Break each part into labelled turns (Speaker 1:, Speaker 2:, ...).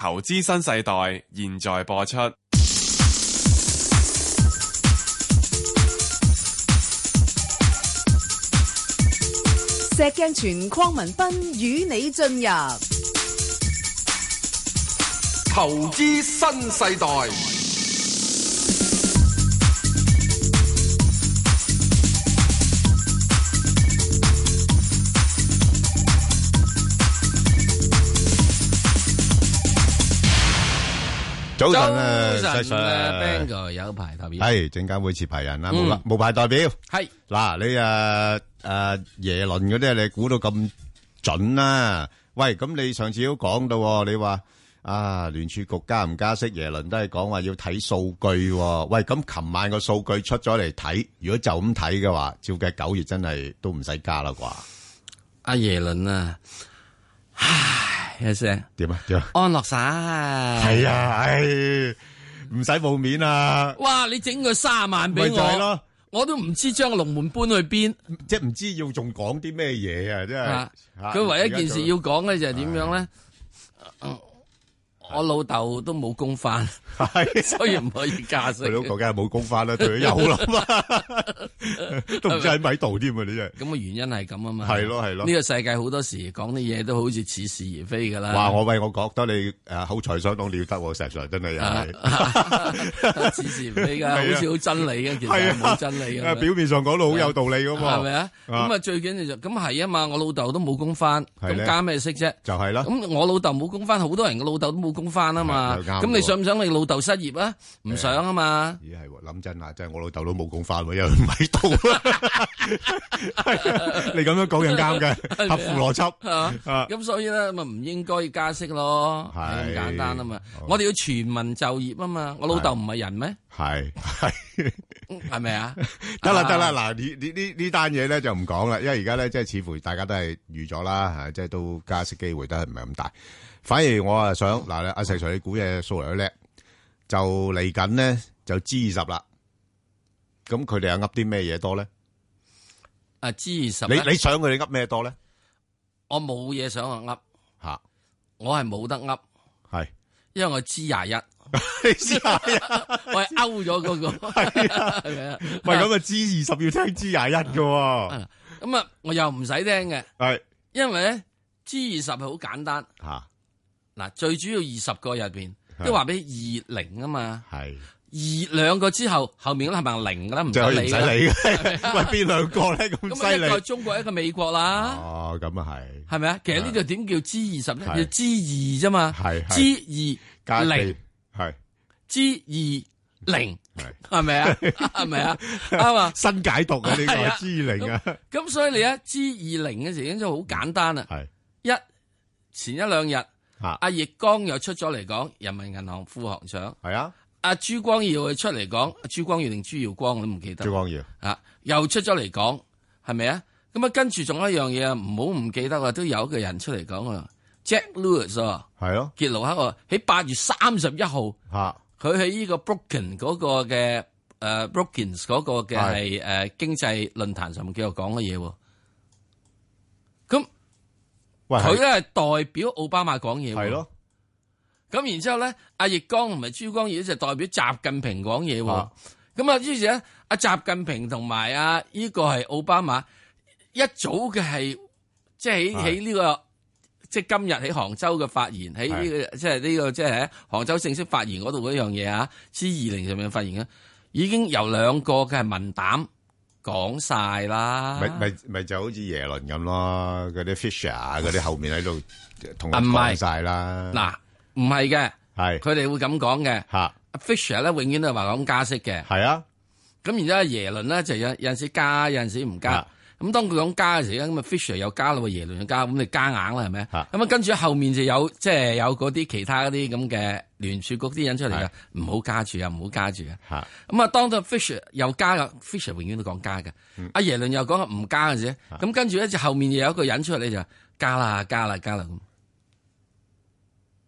Speaker 1: 投資新世代，現在播出。
Speaker 2: 石鏡泉鄺民彬與你進入
Speaker 3: 投資新世代，
Speaker 4: 早晨啊，
Speaker 5: 早
Speaker 4: 石
Speaker 5: 晨啊
Speaker 4: Sir
Speaker 5: ，Bang 哥有排投票，
Speaker 4: 係證監會持牌人啦，冇啦，
Speaker 5: 嗯
Speaker 4: 無牌代表。
Speaker 5: 係
Speaker 4: 嗱，你誒誒耶倫嗰啲，你估到咁準啦？喂，咁你上次都講到喎，你話啊聯儲局加唔加息，耶倫都係講話要睇數據喎。喂，咁琴晚個數據出咗嚟睇，如果就咁睇嘅話，照計九月真係都唔使加啦啩？
Speaker 5: 阿耶倫啊，唉一聲
Speaker 4: 點啊？點啊？
Speaker 5: 安樂晒，
Speaker 4: 係啊，唉，唔使冇面啊，
Speaker 5: 哇！你整個卅萬
Speaker 4: 咪
Speaker 5: 俾
Speaker 4: 就係
Speaker 5: 我，
Speaker 4: 咯，
Speaker 5: 我都唔知將個龍門搬去邊。
Speaker 4: 即係唔知要仲講啲咩嘢啊！真係
Speaker 5: 啊，
Speaker 4: 啊
Speaker 5: 佢唯一一件事要講咧就係點樣咧？
Speaker 4: 係
Speaker 5: 我老豆都冇工 翻，
Speaker 4: 係
Speaker 5: 所以唔可以加息。
Speaker 4: 佢老
Speaker 5: 咁
Speaker 4: 婆梗係冇工翻啦，退咗 休啦嘛，都唔知喺咪度添啊！你真係，
Speaker 5: 嘅原因係咁啊嘛。
Speaker 4: 係咯係咯
Speaker 5: 呢個世界好多時講啲嘢都好似似是而非噶啦。
Speaker 4: 哇！我喂，我覺得你誒口才相當了得喎，石 Sir 真係又
Speaker 5: 啊
Speaker 4: 係，
Speaker 5: 似是而非噶，
Speaker 4: 係啊
Speaker 5: 好似好真理嘅，其
Speaker 4: 係
Speaker 5: 實
Speaker 4: 啊
Speaker 5: 冇真理嘅。
Speaker 4: 啊 表面上講到好有道理噶
Speaker 5: 係咪
Speaker 4: 嘛，
Speaker 5: 啊？咁啊，最緊要就咁係啊嘛！我老豆都冇工翻，
Speaker 4: 係咧
Speaker 5: 咁加咩息啫？
Speaker 4: 就係啦，
Speaker 5: 咁我老豆冇工翻，好多人嘅老豆都冇工翻啊嘛。
Speaker 4: 係啱喎
Speaker 5: 咁你想唔想你老豆失業啊？唔想啊嘛。
Speaker 4: 咦係喎，諗真啊，真係我老豆都冇工翻喎，又唔 喺度啦，係啊你咁樣講又啱嘅，合乎邏輯
Speaker 5: 啊
Speaker 4: 啊，
Speaker 5: 咁所以咧，咪唔應該加息咯，
Speaker 4: 係
Speaker 5: 係咁簡單啊嘛
Speaker 4: 好。
Speaker 5: 我哋要全民就業啊嘛。我老豆唔係人咩？
Speaker 4: 係係。？
Speaker 5: 係咪啊
Speaker 4: 得啦得啦，嗱呢呢呢呢單嘢咧就唔講啦，因為而家咧即係似乎大家都係預咗啦，吓即係都加息機會都係唔係咁大。反而我啊想嗱，阿石 Sir 你估嘢數嚟都叻，就嚟緊咧就 G 二十啦。咁佢哋又噏啲咩嘢多咧？
Speaker 5: 啊，G 二十
Speaker 4: 你
Speaker 5: 咧，
Speaker 4: 你想佢哋噏咩多咧？
Speaker 5: 我冇嘢想我噏，
Speaker 4: 吓
Speaker 5: 我係冇得噏，
Speaker 4: 係
Speaker 5: 因為我 G 廿一，
Speaker 4: 你知下
Speaker 5: 我係勾咗嗰個，係咪啊？
Speaker 4: 喂咁啊，G 二十要聽 G 廿一嘅喎，
Speaker 5: 啊咁啊，我又唔使聽嘅，
Speaker 4: 係
Speaker 5: 因為咧 G 二十係好簡單。
Speaker 4: 吓
Speaker 5: 嗱，最主要二十個入邊
Speaker 4: 係
Speaker 5: 都話俾二零啊嘛，
Speaker 4: 係
Speaker 5: 二兩個之後後面嗰係咪零噶啦？唔
Speaker 4: 就可
Speaker 5: 使
Speaker 4: 以唔
Speaker 5: 理
Speaker 4: 使
Speaker 5: 㗎啦。
Speaker 4: 理嘅，喂邊兩個咧咁
Speaker 5: 咁啊
Speaker 4: 犀
Speaker 5: 一個係
Speaker 4: 利？
Speaker 5: 中國，一個美國啦，
Speaker 4: 哦，咁啊係。
Speaker 5: 係咪啊？其實呢度點叫 G 二十咧？
Speaker 4: 係
Speaker 5: 叫 G 二啫嘛
Speaker 4: 係係
Speaker 5: ，G
Speaker 4: 加
Speaker 5: 二
Speaker 4: 地
Speaker 5: 零
Speaker 4: 係
Speaker 5: ，G 二零
Speaker 4: 係
Speaker 5: 係咪啊？係咪啊？啱啊！
Speaker 4: 新解讀啊！呢
Speaker 5: 係
Speaker 4: 個
Speaker 5: 啊
Speaker 4: 知零啊，
Speaker 5: 咁所以你咧 G 二零嘅時已經就好簡單啦。
Speaker 4: 係
Speaker 5: 一前一兩日，
Speaker 4: 吓
Speaker 5: 阿易綱又出咗嚟講人民銀行副行長。
Speaker 4: 係啊，
Speaker 5: 阿朱光耀佢出嚟講，朱光耀定朱耀光我都唔記得
Speaker 4: 朱光耀
Speaker 5: 啊，又出咗嚟講，係咪啊？咁啊，跟住仲有一樣嘢啊，唔好唔記得啊，都有一個人出嚟講啊，Jack Lewis 啊，
Speaker 4: 係咯
Speaker 5: 傑盧克啊，喺八月三十一號，
Speaker 4: 吓
Speaker 5: 佢喺呢個 Brookings 嗰個嘅誒、呃 Brookings 嗰個嘅係誒經濟論壇上面繼續講嘅嘢喎。咁
Speaker 4: 喂
Speaker 5: 佢咧係代表奧巴馬講嘢，
Speaker 4: 係。咯
Speaker 5: 咁然之後咧，阿易綱同埋朱光耀就代表習近平講嘢喎
Speaker 4: 啊。
Speaker 5: 咁啊，於是咧，阿習近平同埋啊呢個係奧巴馬一早嘅係即係喺
Speaker 4: 係
Speaker 5: 喺呢個即係今日喺杭州嘅發言，喺呢、個即係呢個即係喺杭州正式發言嗰度嗰樣嘢啊，G 二零上面嘅發言啊，已經由兩個嘅係文膽講晒啦。
Speaker 4: 咪咪咪就好似耶倫咁咯，嗰啲 Fisher 啊 嗰啲後面喺度同我
Speaker 5: 啊唔係
Speaker 4: 講晒啦，
Speaker 5: 嗱，唔係嘅，
Speaker 4: 係
Speaker 5: 佢哋會咁講嘅。
Speaker 4: 吓
Speaker 5: 阿 Fisher 咧，永遠都係話講加息嘅。
Speaker 4: 係啊
Speaker 5: 咁然之後耶倫咧就有有陣時加，有陣時唔加
Speaker 4: 啊。
Speaker 5: 咁當佢講加嘅時候咧，咁啊 Fisher 又加啦，耶倫又加，咁你加硬啦，係咪？
Speaker 4: 啊
Speaker 5: 咁啊跟住後面就有即係有嗰啲其他嗰啲咁嘅聯儲局啲人出嚟
Speaker 4: 係
Speaker 5: 嘅，唔好加住啊，唔好加住啊。
Speaker 4: 吓
Speaker 5: 咁啊，當到 Fisher 又加啦，Fisher 永遠都講加嘅。
Speaker 4: 嗯
Speaker 5: 阿耶倫又講唔加嘅啫。
Speaker 4: 啊
Speaker 5: 咁跟住咧就後面又有一個人出嚟就話加啦，加啦，加啦咁。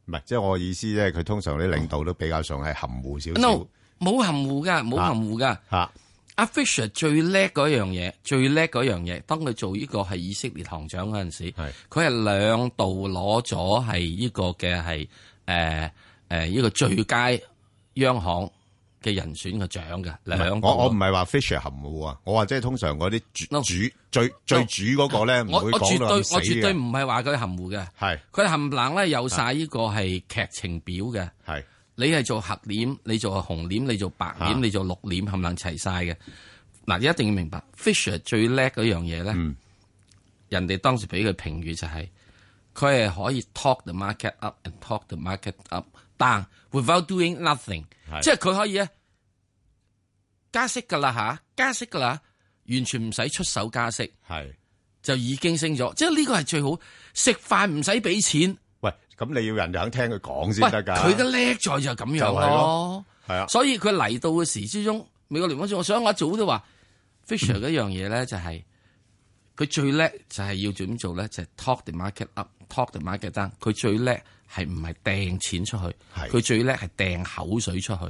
Speaker 4: 唔係即係我意思咧，佢通常啲領導都比較上係含糊少
Speaker 5: no
Speaker 4: 少
Speaker 5: 冇含糊噶，
Speaker 4: 啊
Speaker 5: 冇含糊噶。
Speaker 4: 吓
Speaker 5: 阿 Fisher 最叻嗰樣嘢，最叻嗰樣嘢，當佢做呢個係以色列行長嗰陣時，
Speaker 4: 係
Speaker 5: 佢係兩度攞咗係呢個嘅係誒誒呢個最佳央行嘅人選嘅獎嘅兩個。
Speaker 4: 我我唔係話 Fisher 含糊啊，我話即係通常嗰啲主
Speaker 5: No
Speaker 4: 主最最主嗰個咧，唔
Speaker 5: 我
Speaker 4: 會
Speaker 5: 我絕對
Speaker 4: 講到咁死
Speaker 5: 我絕對
Speaker 4: 嘅，
Speaker 5: 唔係話佢含糊嘅，
Speaker 4: 係
Speaker 5: 佢冚唪唥咧有
Speaker 4: 啊
Speaker 5: 晒呢個係劇情表嘅。
Speaker 4: 係
Speaker 5: 你係做黑臉，你做紅臉，你做白
Speaker 4: 啊
Speaker 5: 臉，你做綠臉，冚唪唥齊晒嘅。嗱，你一定要明白，Fisher 最叻嗰樣嘢咧，
Speaker 4: 嗯
Speaker 5: 人哋當時俾佢評語就係佢係可以 talk the market up and talk the market up down without doing nothing，
Speaker 4: 係
Speaker 5: 即係佢可以咧加息㗎啦吓，加息㗎啦，完全唔使出手加息
Speaker 4: 係。
Speaker 5: 就已經升咗，即係呢個係最好食飯唔使俾錢。
Speaker 4: 喂，咁你要人哋肯聽佢講
Speaker 5: 喂，
Speaker 4: 先得㗎。
Speaker 5: 佢嘅叻在就係咁樣
Speaker 4: 就係
Speaker 5: 咯
Speaker 4: 咯。係啊，
Speaker 5: 所以佢嚟到嘅時之中，美國聯邦儲我想我一早都話 Fisher 嗰樣嘢咧，就係佢最叻就係要點做咧，就係 talk the market up，talk the market down。佢最叻係唔係掟錢出去？
Speaker 4: 係
Speaker 5: 佢最叻係掟口水出去。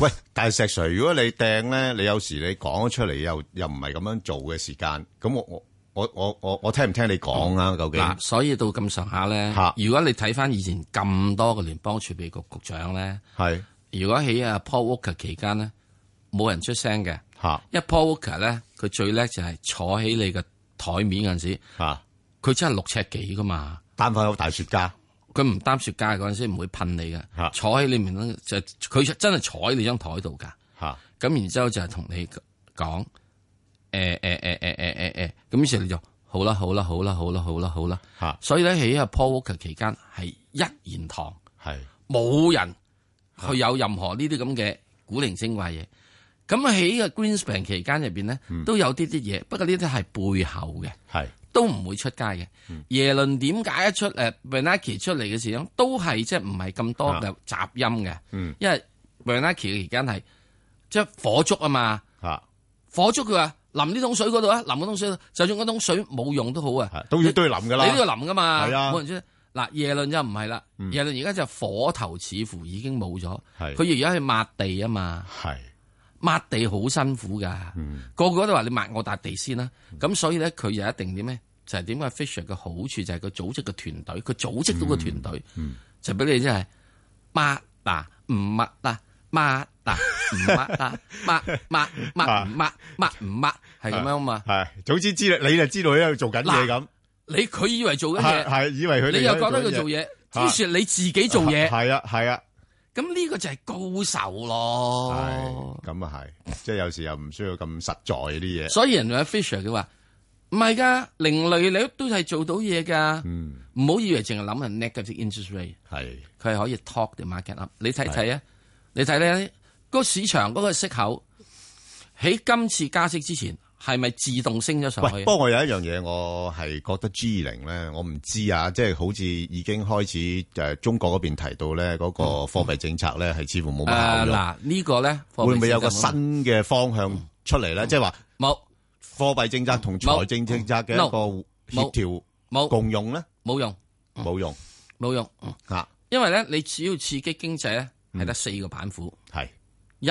Speaker 4: 喂，但係石 Sir，如果你掟咧，你有時你講咗出嚟又又唔係咁樣做嘅時間，咁我我我我我我聽唔聽你講啊？究竟
Speaker 5: 嗯嗱，所以到咁上下咧
Speaker 4: 嚇，
Speaker 5: 如果你睇翻以前咁多嘅聯邦儲備局局長咧，
Speaker 4: 係
Speaker 5: 如果喺啊 Paul Walker 期間咧，冇人出聲嘅。
Speaker 4: 吓
Speaker 5: 一 Paul Walker 咧，佢最叻就係坐喺你嘅台面嗰陣時，
Speaker 4: 吓
Speaker 5: 佢真係六尺幾噶嘛。
Speaker 4: 單反有大雪茄，
Speaker 5: 佢唔擔雪茄嗰陣時唔會噴你
Speaker 4: 嚇
Speaker 5: 嘅，坐喺你面咧就佢真係坐喺你張台度㗎。
Speaker 4: 吓
Speaker 5: 咁然之後就係同你講，誒誒誒誒誒誒誒，咁於是你就好啦好啦好啦好啦好啦好啦。
Speaker 4: 吓
Speaker 5: 所以咧喺阿 Paul Walker 期間係一言堂，
Speaker 4: 係
Speaker 5: 冇人去有任何呢啲咁嘅古靈精怪嘢。咁喺個 Greenspan 期間入邊咧都有啲啲嘢，不過呢啲係背後嘅。
Speaker 4: 係
Speaker 5: 都唔會出街嘅。
Speaker 4: 嗯
Speaker 5: 耶倫點解一出誒 Bernanke 出嚟嘅時候，都係即係唔係咁多嘅雜音嘅，
Speaker 4: 啊嗯
Speaker 5: 因為 Bernanke 而家係即係火燭啊嘛，
Speaker 4: 吓
Speaker 5: 火燭佢話淋呢桶水嗰度啊，淋嗰桶水嗰度，就算嗰桶水冇用都好啊
Speaker 4: 嚇，都要
Speaker 5: 你
Speaker 4: 都要淋㗎啦
Speaker 5: 你都要淋噶嘛，
Speaker 4: 係啊嗯
Speaker 5: 冇人知。嗱，耶倫就唔係啦，耶倫而家就火頭似乎已經冇咗，
Speaker 4: 係
Speaker 5: 佢而家去抹地啊嘛。
Speaker 4: 係嗯
Speaker 5: 抹地好辛苦噶，個個都話你抹我笪地先啦。咁所以咧，佢就一定點咧？就係點解 Fisher 嘅好處就係佢組織嘅團隊，佢組織到個團隊，就俾你即係抹嗱唔抹嗱抹嗱唔抹嗱抹抹抹唔抹抹唔抹係咁樣嘛？
Speaker 4: 係，早知知你就知道佢喺度做緊嘢咁，
Speaker 5: 你佢以為做緊
Speaker 4: 係
Speaker 5: 嘢，
Speaker 4: 係以為佢哋
Speaker 5: 你又
Speaker 4: 喺
Speaker 5: 覺
Speaker 4: 度
Speaker 5: 得佢
Speaker 4: 緊
Speaker 5: 做嘢，
Speaker 4: 嚇
Speaker 5: 於是你自己做嘢，
Speaker 4: 係啊係啊。
Speaker 5: 咁呢個就係高手
Speaker 4: 係
Speaker 5: 咯。
Speaker 4: 咁啊係，即係有時又唔需要咁實在啲嘢。
Speaker 5: 所以人哋話 Fisher 佢話唔係噶，另類你都係做到嘢噶。
Speaker 4: 嗯，
Speaker 5: 唔好以為淨係諗係 negative interest rate，
Speaker 4: 係
Speaker 5: 佢係可以 talk the market up。你睇睇啊，你睇咧個市場嗰個息口喺今次加息之前係咪自動升咗上
Speaker 4: 喂，
Speaker 5: 去
Speaker 4: 不？過我有一樣嘢，我係覺得 G 零咧，我唔知啊，即係好似已經開始誒，中國嗰邊提到咧嗰個貨幣政策咧，係似乎冇乜效
Speaker 5: 誒
Speaker 4: 用。
Speaker 5: 嗱，呢個咧
Speaker 4: 會唔會有個
Speaker 5: 貨幣政策
Speaker 4: 新嘅方向出嚟咧？即係話
Speaker 5: 冇
Speaker 4: 貨幣政策同財政政策嘅一個協調
Speaker 5: 冇
Speaker 4: 共用咧，
Speaker 5: 冇用
Speaker 4: 冇用
Speaker 5: 冇用？嗯
Speaker 4: 啊，
Speaker 5: 因為咧你只要刺激經濟咧係得四個板斧，
Speaker 4: 係
Speaker 5: 一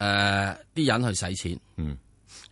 Speaker 5: 誒啲人去使錢，
Speaker 4: 嗯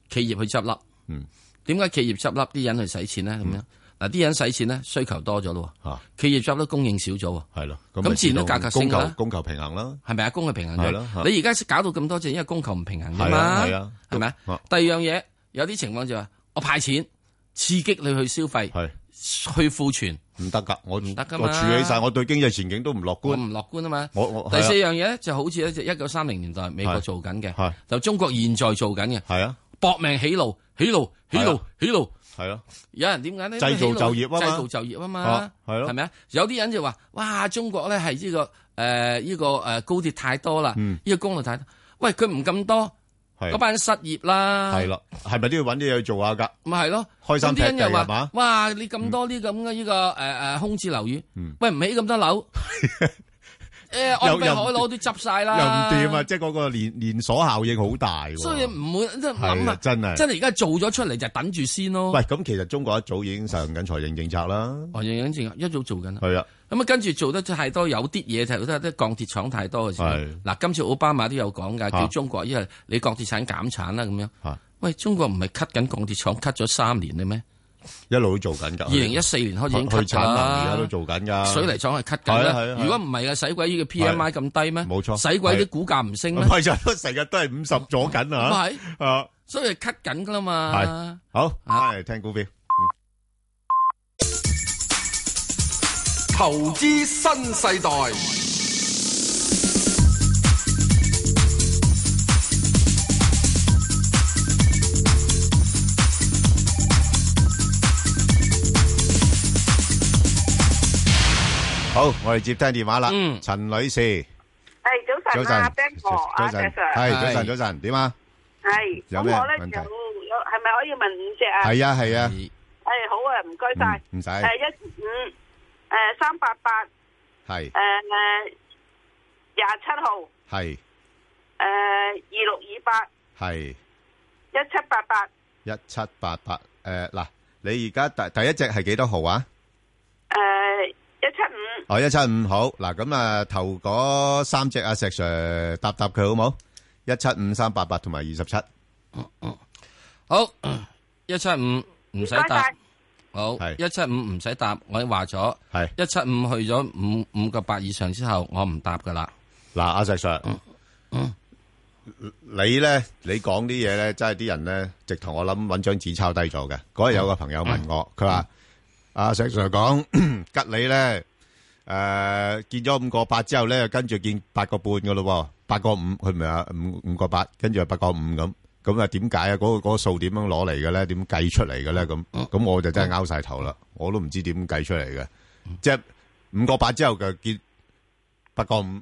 Speaker 5: 企業去執笠，
Speaker 4: 嗯
Speaker 5: 點解企業執笠啲人去使錢咧？咁樣嗱，啲人使錢咧需求多咗咯喎。
Speaker 4: 嚇，
Speaker 5: 企業執笠供應少咗喎，
Speaker 4: 係咯。
Speaker 5: 咁自然都價格升
Speaker 4: 供
Speaker 5: 㗎啦
Speaker 4: 求供求平衡啦，
Speaker 5: 係咪啊？供嘅平衡
Speaker 4: 係咯
Speaker 5: 咗，
Speaker 4: 嚇
Speaker 5: 你而家搞到咁多，就因為供求唔平衡㗎
Speaker 4: 係啊
Speaker 5: 嘛，
Speaker 4: 係啊
Speaker 5: 係咪啊
Speaker 4: 啊？
Speaker 5: 第二樣嘢有啲情況就話我派錢刺激你去消費，
Speaker 4: 係
Speaker 5: 去庫存，
Speaker 4: 唔得㗎，我
Speaker 5: 唔得㗎嘛
Speaker 4: 我處理晒，我對經濟前景都唔樂
Speaker 5: 我
Speaker 4: 觀。
Speaker 5: 唔樂觀啊嘛。
Speaker 4: 我我
Speaker 5: 第四
Speaker 4: 係
Speaker 5: 樣嘢咧就好似咧，就一九三零年代美國
Speaker 4: 係
Speaker 5: 做緊嘅
Speaker 4: 係，
Speaker 5: 就中國現在做緊嘅，
Speaker 4: 啊係啊
Speaker 5: 搏命起路，起路，起
Speaker 4: 係
Speaker 5: 路
Speaker 4: 啊，
Speaker 5: 起路。
Speaker 4: 係啊，
Speaker 5: 有人點解呢？
Speaker 4: 製造就業啊嘛
Speaker 5: 製造就業啊嘛
Speaker 4: 啊，係咯
Speaker 5: 係咪啊？有啲人就話：，哇，中國咧係呢個誒呢個誒高鐵太多啦，
Speaker 4: 嗯
Speaker 5: 呢個公路太多。喂，佢唔咁多，
Speaker 4: 係
Speaker 5: 嗰班人失業啦，
Speaker 4: 係啦，係咪都要揾啲嘢去做下㗎？
Speaker 5: 咪係咯。
Speaker 4: 開心
Speaker 5: 咁啲人又
Speaker 4: 劈地係嘛
Speaker 5: 哇，你咁多呢咁嘅呢個誒誒空置樓宇
Speaker 4: 嗯，
Speaker 5: 喂，唔起咁多 樓，誒，我
Speaker 4: 又
Speaker 5: 俾
Speaker 4: 又唔
Speaker 5: 海螺都執晒
Speaker 4: 又唔
Speaker 5: 啦，
Speaker 4: 掂啊！！即係嗰個連連鎖效應好大喎。
Speaker 5: 所以唔會即係諗
Speaker 4: 係啊
Speaker 5: 啊，，
Speaker 4: 真係。
Speaker 5: 真係而家做咗出嚟就等住先咯哦
Speaker 4: 喂，。咁其實中國一早已經實行緊財政政策啦。
Speaker 5: 我樣樣正一早做緊啦。
Speaker 4: 係啊，
Speaker 5: 咁啊，跟住做得太多，有啲嘢就係得啲鋼鐵廠太多嘅時候。
Speaker 4: 係
Speaker 5: 嗱，今次奧巴馬都有講㗎，叫
Speaker 4: 啊
Speaker 5: 中國因為你鋼鐵產減產啦咁樣
Speaker 4: 啊。
Speaker 5: 喂，中國唔係 cut 緊鋼鐵廠 cut 咗三年嘅咩？
Speaker 4: 一路都做緊㗎。
Speaker 5: 二零一四年開始已經
Speaker 4: 去
Speaker 5: cut
Speaker 4: 產
Speaker 5: 㗎
Speaker 4: 能
Speaker 5: 啦
Speaker 4: 而家都做緊㗎。
Speaker 5: 水泥廠係 cut
Speaker 4: 係
Speaker 5: 緊
Speaker 4: 啊係啊係
Speaker 5: 啦
Speaker 4: 啊。
Speaker 5: 如果唔係嘅，使鬼呢個 P M I 咁低咩？
Speaker 4: 冇錯
Speaker 5: 使鬼
Speaker 4: 係
Speaker 5: 啲股價唔升咩？
Speaker 4: 咪就都成日都係五十咗緊
Speaker 5: 咁
Speaker 4: 啊！
Speaker 5: 係，
Speaker 4: 啊，
Speaker 5: 所以 cut 緊㗎啦嘛。
Speaker 4: 好，
Speaker 5: 啊
Speaker 4: 翻嚟聽股票。
Speaker 3: 投資新世代，
Speaker 4: 好，我哋接聽電話啦。
Speaker 5: 嗯
Speaker 4: 陳女士，
Speaker 6: 系早
Speaker 4: 早
Speaker 6: 晨啊
Speaker 4: 晨，
Speaker 6: ，Ben 哥，阿
Speaker 4: 早
Speaker 7: À,
Speaker 6: Sir
Speaker 4: 晨，
Speaker 6: 系
Speaker 4: 係早晨，早晨，點啊？
Speaker 6: 系，咁
Speaker 4: 有咩
Speaker 6: 我咧
Speaker 4: 問題
Speaker 6: 就有系咪可以问五只
Speaker 7: À.
Speaker 6: 啊？
Speaker 4: 係啊，嗯係啊，
Speaker 5: 係
Speaker 6: 系好啊，唔该晒。
Speaker 4: 唔唔使，
Speaker 6: 诶一五诶三八八
Speaker 4: 係
Speaker 6: 诶廿七号
Speaker 4: 係
Speaker 6: 诶二六二八
Speaker 4: 係
Speaker 6: 一七八八
Speaker 4: 一七八八。誒嗱，你而家第第一隻係幾多號啊？
Speaker 6: 诶一七五
Speaker 4: 哦，175好。嗱，咁啊，頭嗰三隻啊，石Sir，答答佢好冇？175 388同埋27
Speaker 5: 好一七五唔
Speaker 6: 唔
Speaker 5: 使
Speaker 6: 該
Speaker 5: 答
Speaker 6: 晒。，
Speaker 5: 好
Speaker 4: 係
Speaker 5: 一七五唔使答，我已經話咗
Speaker 4: 係
Speaker 5: 一七五去咗五五個八以上之後，我唔答㗎啦。
Speaker 4: 嗱，阿石Sir，你呢，你講啲嘢呢，真係啲人呢，直頭我諗搵張紙抄低咗嘅。嗰日有個朋友問我，佢話，阿石Sir講，吉利呢，誒，見咗5.8之後呢，跟住見8.5㗎喇喎，8.5，佢唔係話5 5.8，跟住係8.5咁。咁啊，點解啊？嗰、個嗰、個數點樣攞嚟嘅咧？點計出嚟嘅咧？咁咁我就真係拗晒頭啦！我都唔知點計出嚟嘅，即係五個八之後嘅結八個五，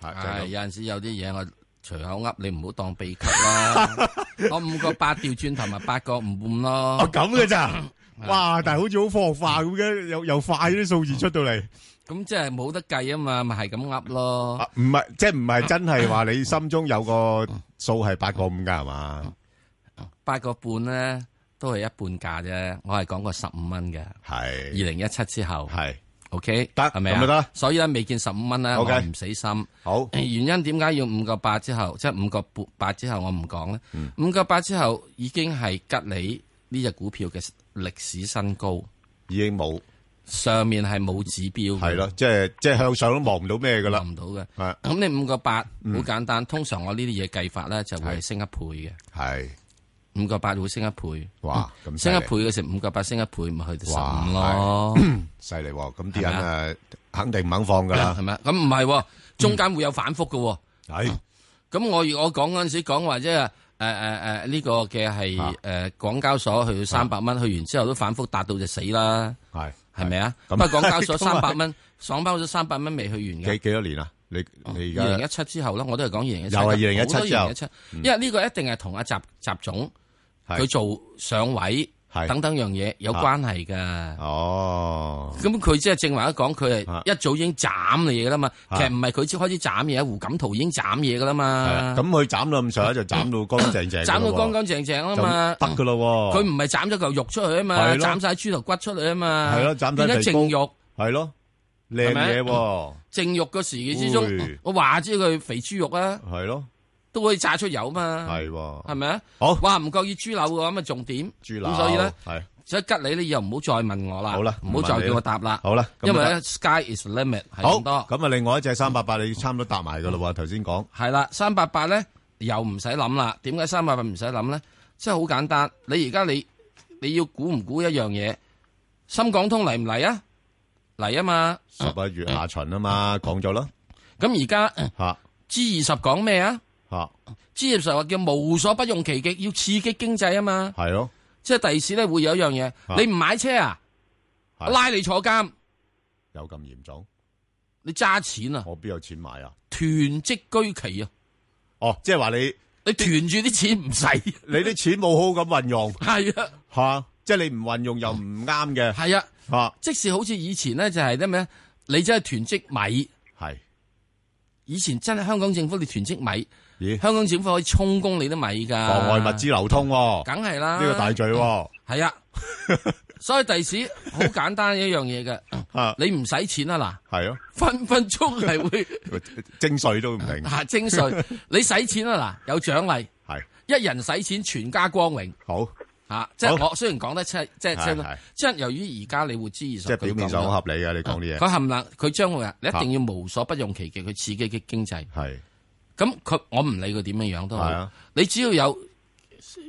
Speaker 4: 係就係
Speaker 5: 係
Speaker 4: 咁
Speaker 5: 有陣時有啲嘢我隨口噏，你唔好當秘笈 啦。我五個八調轉頭咪八個五半咯
Speaker 4: 哦。咁嘅咋？哇！但係好似好科學化咁嘅，又又快啲數字出到嚟。
Speaker 5: 咁即係冇得計啊嘛，咪係咁噏咯。
Speaker 4: 啊唔係即係唔係真係話你心中有個數係八個五㗎係嘛？
Speaker 5: 八個半咧都係一半價啫，我係講過十五蚊嘅。二
Speaker 4: 係
Speaker 5: 零一七之後
Speaker 4: 係
Speaker 5: ，OK
Speaker 4: 得
Speaker 5: 係咪啊
Speaker 4: 咁咪得啦
Speaker 5: 所以咧未見十五蚊咧，
Speaker 4: OK
Speaker 5: 我唔死心。
Speaker 4: 好
Speaker 5: 原因點解要五個八之後，即係五個八之後我唔講咧？
Speaker 4: 嗯
Speaker 5: 五個八之後已經係吉利呢只股票嘅歷史新高，
Speaker 4: 已經冇
Speaker 5: 上面係冇指標嘅，
Speaker 4: 係咯，即係即係向上都望唔到咩㗎
Speaker 5: 諗
Speaker 4: 啦。
Speaker 5: 唔到嘅。
Speaker 4: 係
Speaker 5: 咁你五個八
Speaker 4: 嗯
Speaker 5: 好簡單，通常我呢啲嘢計法咧就會係升一倍嘅，
Speaker 4: 係
Speaker 5: 五個八會升一倍。
Speaker 4: 哇咁犀
Speaker 5: 升一
Speaker 4: 利
Speaker 5: 倍。嘅時候，五個八升一倍，咪去到十
Speaker 4: 哇
Speaker 5: 五咯，
Speaker 4: 犀利喎，咁啲人，
Speaker 5: 係咪啊？
Speaker 4: 誒，肯定唔肯放㗎啦。
Speaker 5: 係咪啊？咁唔係喎，中間會有反覆嘅喎。咁我如我講嗰陣時講話即係誒誒誒呢個嘅
Speaker 4: 啊
Speaker 5: 係誒港交所去到三百蚊，去完之後都反覆達到就死啦，
Speaker 4: 係，係。幾-
Speaker 5: 係咪啊？
Speaker 4: 咁
Speaker 5: 不過港交所
Speaker 4: 咁啊
Speaker 5: 三百蚊，爽包咗三百蚊未去完嘅。哦
Speaker 4: 幾多年啊？你-
Speaker 5: Ừ.
Speaker 4: 你而家-
Speaker 5: 二零一七之後啦，我都係講二零一七，
Speaker 4: 又係2017
Speaker 5: 好多
Speaker 4: 之後嗯
Speaker 5: 2017因為呢個一定係同阿習習總
Speaker 4: 係
Speaker 5: 佢做上位
Speaker 4: 係啊
Speaker 5: 等等樣嘢有關係㗎。
Speaker 4: 哦，
Speaker 5: 咁佢即係正話一講，佢
Speaker 4: 啊
Speaker 5: 係一早已經斬你嘢㗎啦嘛。
Speaker 4: 啊
Speaker 5: 其實唔係佢先開始斬嘢，胡錦濤已經斬嘢㗎啦嘛。
Speaker 4: 係啊，咁佢斬到咁上下就斬到乾乾淨淨㗎
Speaker 5: 斬到
Speaker 4: 喎，
Speaker 5: 乾乾淨淨啊嘛，
Speaker 4: 就得㗎喇喎。
Speaker 5: 佢唔係斬咗嚿肉出去啊嘛，
Speaker 4: 係咯
Speaker 5: 斬晒豬頭骨出去啊嘛，
Speaker 4: 係咯斬晒
Speaker 5: 變咗
Speaker 4: 地公
Speaker 5: 淨肉，
Speaker 4: 係咯，靚
Speaker 5: 係咪？
Speaker 4: 嘢喎，
Speaker 5: 淨肉嘅時期之中
Speaker 4: 哎，
Speaker 5: 我話知佢肥豬肉啊，都可以炸出油嘛，
Speaker 4: 係咯，係喎。
Speaker 5: 係咪啊？
Speaker 4: 好，
Speaker 5: 哇，唔覺意豬柳喎，咁啊重點，
Speaker 4: 豬柳，
Speaker 5: 咁所以咧，所以吉你咧以後唔好再問我啦，
Speaker 4: 好啦
Speaker 5: 唔好
Speaker 4: 唔問你
Speaker 5: 再
Speaker 4: 啦
Speaker 5: 叫我答啦，
Speaker 4: 係，好啦，咁
Speaker 5: 因為
Speaker 4: 得。
Speaker 5: 咧 sky is limit 係
Speaker 4: 好，
Speaker 5: 咁多，
Speaker 4: 咁啊，另外一隻388你差唔多答埋㗎喇喎，頭先講。係，
Speaker 5: 係啦，三八八咧又唔使諗啦，點解三八八唔使諗咧？即係好簡單，你而家你你要估唔估一樣嘢？深港通嚟唔嚟啊？嚟啊嘛！
Speaker 4: 11月下旬啊嘛，講咗啦，嚇，嚇，
Speaker 5: 咁而家 G 二十講咩啊？G 二十話叫無所不用其極，要刺激經濟啊嘛！即係第時咧會有一樣嘢，
Speaker 4: 啊
Speaker 5: 你唔買車啊，
Speaker 4: 係
Speaker 5: 我拉你坐監，
Speaker 4: 係咯，有咁嚴重？我邊有錢買啊？
Speaker 5: 你揸錢啊，囤積居奇啊，
Speaker 4: 哦，即系话你
Speaker 5: 你囤住啲錢唔使，
Speaker 4: 你啲錢冇好咁運用
Speaker 5: 係啊
Speaker 4: 吓、即係你唔運用又唔啱嘅
Speaker 5: 係啊，
Speaker 4: 吓，
Speaker 5: 即使好似以前咧就係啲咩，你真係囤積米。
Speaker 4: 係
Speaker 5: 以前真係香港政府你囤積 米，
Speaker 4: 咦
Speaker 5: 香港政府可以充公你啲米㗎，
Speaker 4: 嗯妨礙物資流通喎、
Speaker 5: 梗係啦，
Speaker 4: 呢個大罪喎
Speaker 5: 係 啊，所以第時好簡單一樣嘢嘅，
Speaker 4: 吓，
Speaker 5: 你唔使錢啊
Speaker 4: 係咯，
Speaker 5: 嗱，分分鐘係 會
Speaker 4: 徵税都唔明
Speaker 5: 下徵啊税，你使錢啊嗱，有獎勵，
Speaker 4: 係
Speaker 5: 一人使錢全家光榮，
Speaker 4: 好
Speaker 5: 吓，即係
Speaker 4: 好
Speaker 5: 我雖然講得七，即係
Speaker 4: 係
Speaker 5: 即
Speaker 4: 係
Speaker 5: 係，即係由於而家你會知二十，
Speaker 4: 即係表面上好合理嘅，你講啲
Speaker 5: 佢
Speaker 4: 嘢
Speaker 5: 冚冷，佢將會啊，你一定要無所不用其極去刺激嘅經濟。
Speaker 4: 係
Speaker 5: 咁佢我唔理佢點樣樣都
Speaker 4: 係
Speaker 5: 好
Speaker 4: 啊，
Speaker 5: 你只要有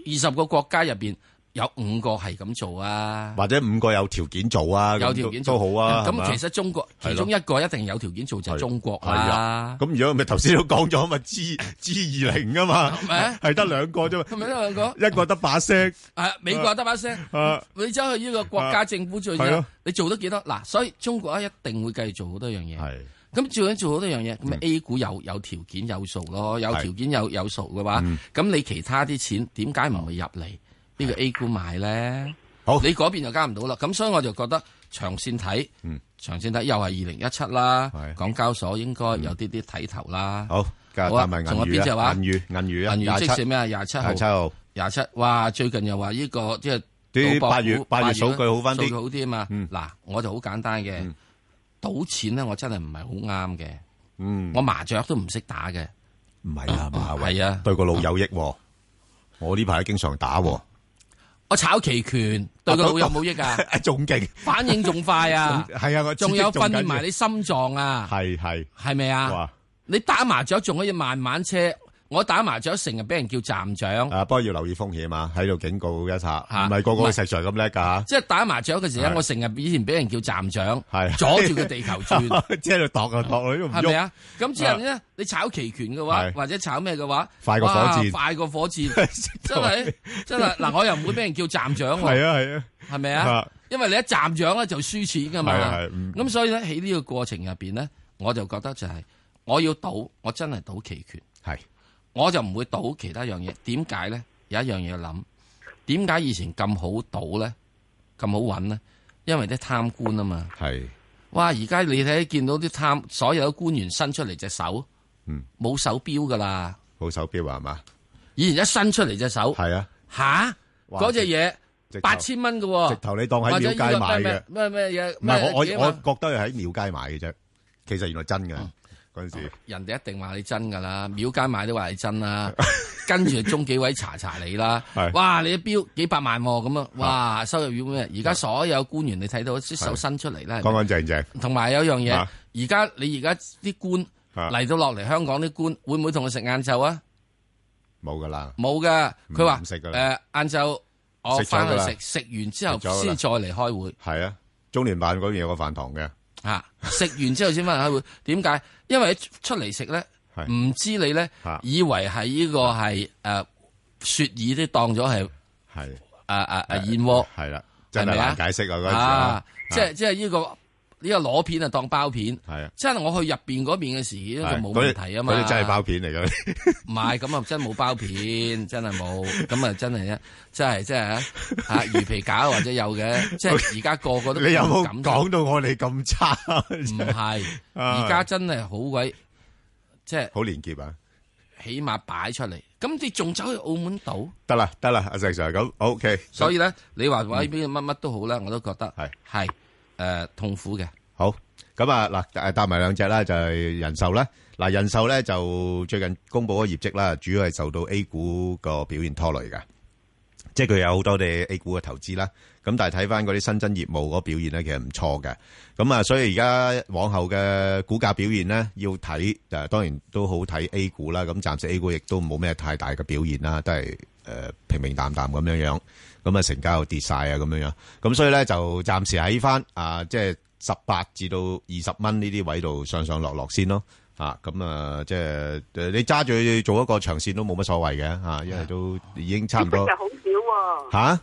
Speaker 5: 二十個國家入邊有五個係咁做啊，
Speaker 4: 或者五個有條件做啊，咁
Speaker 5: 有
Speaker 4: 都
Speaker 5: 條件
Speaker 4: 都
Speaker 5: 做
Speaker 4: 好啊。係咪
Speaker 5: 咁其實中國
Speaker 4: 係咯
Speaker 5: 其中一個一定有條件做就係中國
Speaker 4: 係
Speaker 5: 啦。
Speaker 4: 咁如果咪頭先都講咗咪 G G 二零啊嘛，
Speaker 5: 咪
Speaker 4: 係得兩個啫
Speaker 5: 係
Speaker 4: 嘛，
Speaker 5: 咪呢兩 個？
Speaker 4: 一個得把聲
Speaker 5: 啊，美國得把聲
Speaker 4: 啊，
Speaker 5: 你走去呢個國家政府做
Speaker 4: 係
Speaker 5: 嘢
Speaker 4: 咯，
Speaker 5: 你做得幾多？嗱，所以中國一定會繼續做好多樣嘢。
Speaker 4: 係
Speaker 5: 咁做緊做好多樣嘢，咁咪
Speaker 4: 嗯
Speaker 5: A 股有有條件有數咯，有
Speaker 4: 係嗯
Speaker 5: 條件有有數嘅話，咁你其他啲錢點解唔會入嚟呢個 A 股買咧？
Speaker 4: 好
Speaker 5: 你嗰邊就加唔到啦，咁所以我就覺得長線睇
Speaker 4: 嗯，
Speaker 5: 長線睇又係二零一七啦
Speaker 4: 係，嗯
Speaker 5: 港交所應該有啲啲睇頭啦。
Speaker 4: 好，加
Speaker 5: 好啊
Speaker 4: 加埋銀
Speaker 5: 仲有邊隻
Speaker 4: 魚
Speaker 5: 話
Speaker 4: 啊，銀魚銀魚啊，
Speaker 5: 銀
Speaker 4: 廿
Speaker 5: 娛
Speaker 4: 七
Speaker 5: 即是咩啊？廿七號
Speaker 4: 廿，七號
Speaker 5: 廿七，哇！最近又話呢個即係
Speaker 4: 啲
Speaker 5: 賭博
Speaker 4: 八月
Speaker 5: 股
Speaker 4: 八月數據好返
Speaker 5: 數
Speaker 4: 啲
Speaker 5: 據好啲啊嘛。
Speaker 4: 嗯
Speaker 5: 嗱，我就好簡單嘅
Speaker 4: 嗯，
Speaker 5: 賭錢咧我真係唔係好啱嘅。
Speaker 4: 嗯
Speaker 5: 我麻雀都唔識打嘅，
Speaker 4: 唔係啊，馬
Speaker 5: 係
Speaker 4: 喂
Speaker 5: 啊
Speaker 4: 對個腦有益喎。我呢排經常打喎，
Speaker 5: 我炒期權對個腦有冇益啊？
Speaker 4: 仲勁
Speaker 5: 反應仲快啊！
Speaker 4: 係啊，我
Speaker 5: 仲有訓
Speaker 4: 訓
Speaker 5: 練埋你心臟 啊，
Speaker 4: 係係
Speaker 5: 係咪啊
Speaker 4: 哇？
Speaker 5: 你打麻雀仲可以慢慢車，我打麻雀成日俾人叫站長，
Speaker 4: 啊，不過要留意風險啊，喺度警告一下，
Speaker 5: 哦嚇
Speaker 4: 唔係個
Speaker 5: 唔
Speaker 4: 個
Speaker 5: 係
Speaker 4: 石 Sir 咁叻㗎
Speaker 5: 即係打麻雀嘅時候，
Speaker 4: 係
Speaker 5: 我成日以前俾人叫站長，
Speaker 4: 係
Speaker 5: 阻住個地球 轉。
Speaker 4: 嚇，即係喺度度度你都唔
Speaker 5: 系咪
Speaker 4: 喐，
Speaker 5: 啊？咁之後咧，你炒期權嘅話，
Speaker 4: 係
Speaker 5: 或者炒咩嘅話，
Speaker 4: 快過火箭
Speaker 5: 哇快過火箭，真
Speaker 4: 真
Speaker 5: 係真係嗱，我又唔會俾人叫站長
Speaker 4: 係
Speaker 5: 喎，
Speaker 4: 啊係啊，
Speaker 5: 係咪啊
Speaker 4: 啊？
Speaker 5: 因為你一站長咧就輸錢噶嘛，
Speaker 4: 係係嗯
Speaker 5: 咁所以咧喺呢個過程入邊咧，我就覺得就係我要賭，我真係賭期權，
Speaker 4: 係
Speaker 5: 我就唔會賭其他樣嘢。點解咧？有一樣嘢要諗，點解以前咁好賭咧，咁好揾咧？因為啲貪官啊嘛。
Speaker 4: 係
Speaker 5: 哇！而家你睇見到啲貪，所有官員伸出嚟隻手，
Speaker 4: 嗯，
Speaker 5: 冇手錶噶啦。
Speaker 4: 冇手錶啊係嘛，
Speaker 5: 以前一伸出嚟隻手，
Speaker 4: 係啊。
Speaker 5: 吓
Speaker 4: 哇
Speaker 5: 嗰隻嘢
Speaker 4: 直頭
Speaker 5: 八千蚊嘅喎，
Speaker 4: 直頭你當喺廟街買
Speaker 5: 或者呢
Speaker 4: 嘅
Speaker 5: 個咩咩咩嘢？
Speaker 4: 唔係我
Speaker 5: 咩嘢啊哦
Speaker 4: 我我
Speaker 5: 嘛
Speaker 4: 覺得係喺廟街買嘅啫，其實原來真嘅嗰陣時
Speaker 5: 人哋一定話你真噶 啦，廟街買都話你真啦，跟住中紀委查查你啦
Speaker 4: 係。
Speaker 5: 哇！你一錶幾百萬喎咁啊！哇！收入要咩？而家所有官員你睇到隻手伸出嚟啦，係咪
Speaker 4: 乾乾淨淨
Speaker 5: 同埋有一樣嘢，
Speaker 4: 啊
Speaker 5: 而家你而家啲官
Speaker 4: 啊
Speaker 5: 嚟到落嚟香港啲官，會唔會同佢食晏晝啊？
Speaker 4: 冇㗎啦，
Speaker 5: 冇噶，佢話
Speaker 4: 唔食㗎
Speaker 5: 誒
Speaker 4: 啦
Speaker 5: 晏晝我
Speaker 4: 食咗
Speaker 5: 翻
Speaker 4: 㗎啦
Speaker 5: 去食，食完之後
Speaker 4: 食咗㗎啦
Speaker 5: 先再嚟開會
Speaker 4: 係啊，中聯辦嗰邊有個飯堂嘅，
Speaker 5: 嚇，食完之後先翻嚟開會。點解？因為出嚟食咧，
Speaker 4: 係
Speaker 5: 唔知你咧
Speaker 4: 嚇，
Speaker 5: 以為係呢個
Speaker 4: 啊
Speaker 5: 係誒雪耳都當咗係
Speaker 4: 係
Speaker 5: 誒誒誒燕窩
Speaker 4: 係啦，真係
Speaker 5: 係咪啊
Speaker 4: 難解釋啊嗰陣時
Speaker 5: 啊
Speaker 4: 啊，，
Speaker 5: 即係即係呢個呢個攞片啊當包片。
Speaker 4: 係啊。
Speaker 5: 真係我去入邊嗰邊嘅時，因為
Speaker 4: 係
Speaker 5: 冇
Speaker 4: 嗰
Speaker 5: 問
Speaker 4: 啲
Speaker 5: 題啊嘛。
Speaker 4: 嗰啲真係包片嚟㗎，
Speaker 5: 唔係，咁啊真冇包 片，真係冇，咁啊真係咧，真係真係吓魚皮餃或者有嘅，即 係而家個個都
Speaker 4: 你有冇
Speaker 5: 咁
Speaker 4: 講到我哋咁差？
Speaker 5: 唔係，
Speaker 4: 啊
Speaker 5: 而家真係好鬼，即係
Speaker 4: 好連結啊！
Speaker 5: 起碼擺出嚟，咁你仲走去澳門島，
Speaker 4: 得啦得啦，阿石 Sir 咁 OK，
Speaker 5: 所以咧，你話話呢邊乜乜都好啦，我都覺得
Speaker 4: 嗯係
Speaker 5: 係誒痛苦嘅，
Speaker 4: 好咁啊嗱，誒搭埋兩隻啦，就係人壽啦。嗱，人壽咧就最近公布咗業績啦，主要係受到 A 股個表現拖累嘅，即係佢有好多嘅 A 股嘅投資啦。咁但係睇翻嗰啲新增業務嗰表現咧，其實唔錯嘅。咁啊，所以而家往後嘅股價表現咧，要睇誒，當然都好睇 A 股啦。咁暫時 A 股亦都冇咩太大嘅表現啦，都係誒、呃平平淡淡咁樣樣。咁啊，成交又跌晒啊，咁樣樣。咁所以咧就暫時喺翻啊，即係十八至到二十蚊呢啲位度上上落落先咯。啊，咁啊，即係呃你揸住去做一個長線都冇乜所謂嘅啊，因為都已經差唔多
Speaker 6: 息就好少喎，
Speaker 4: 嚇。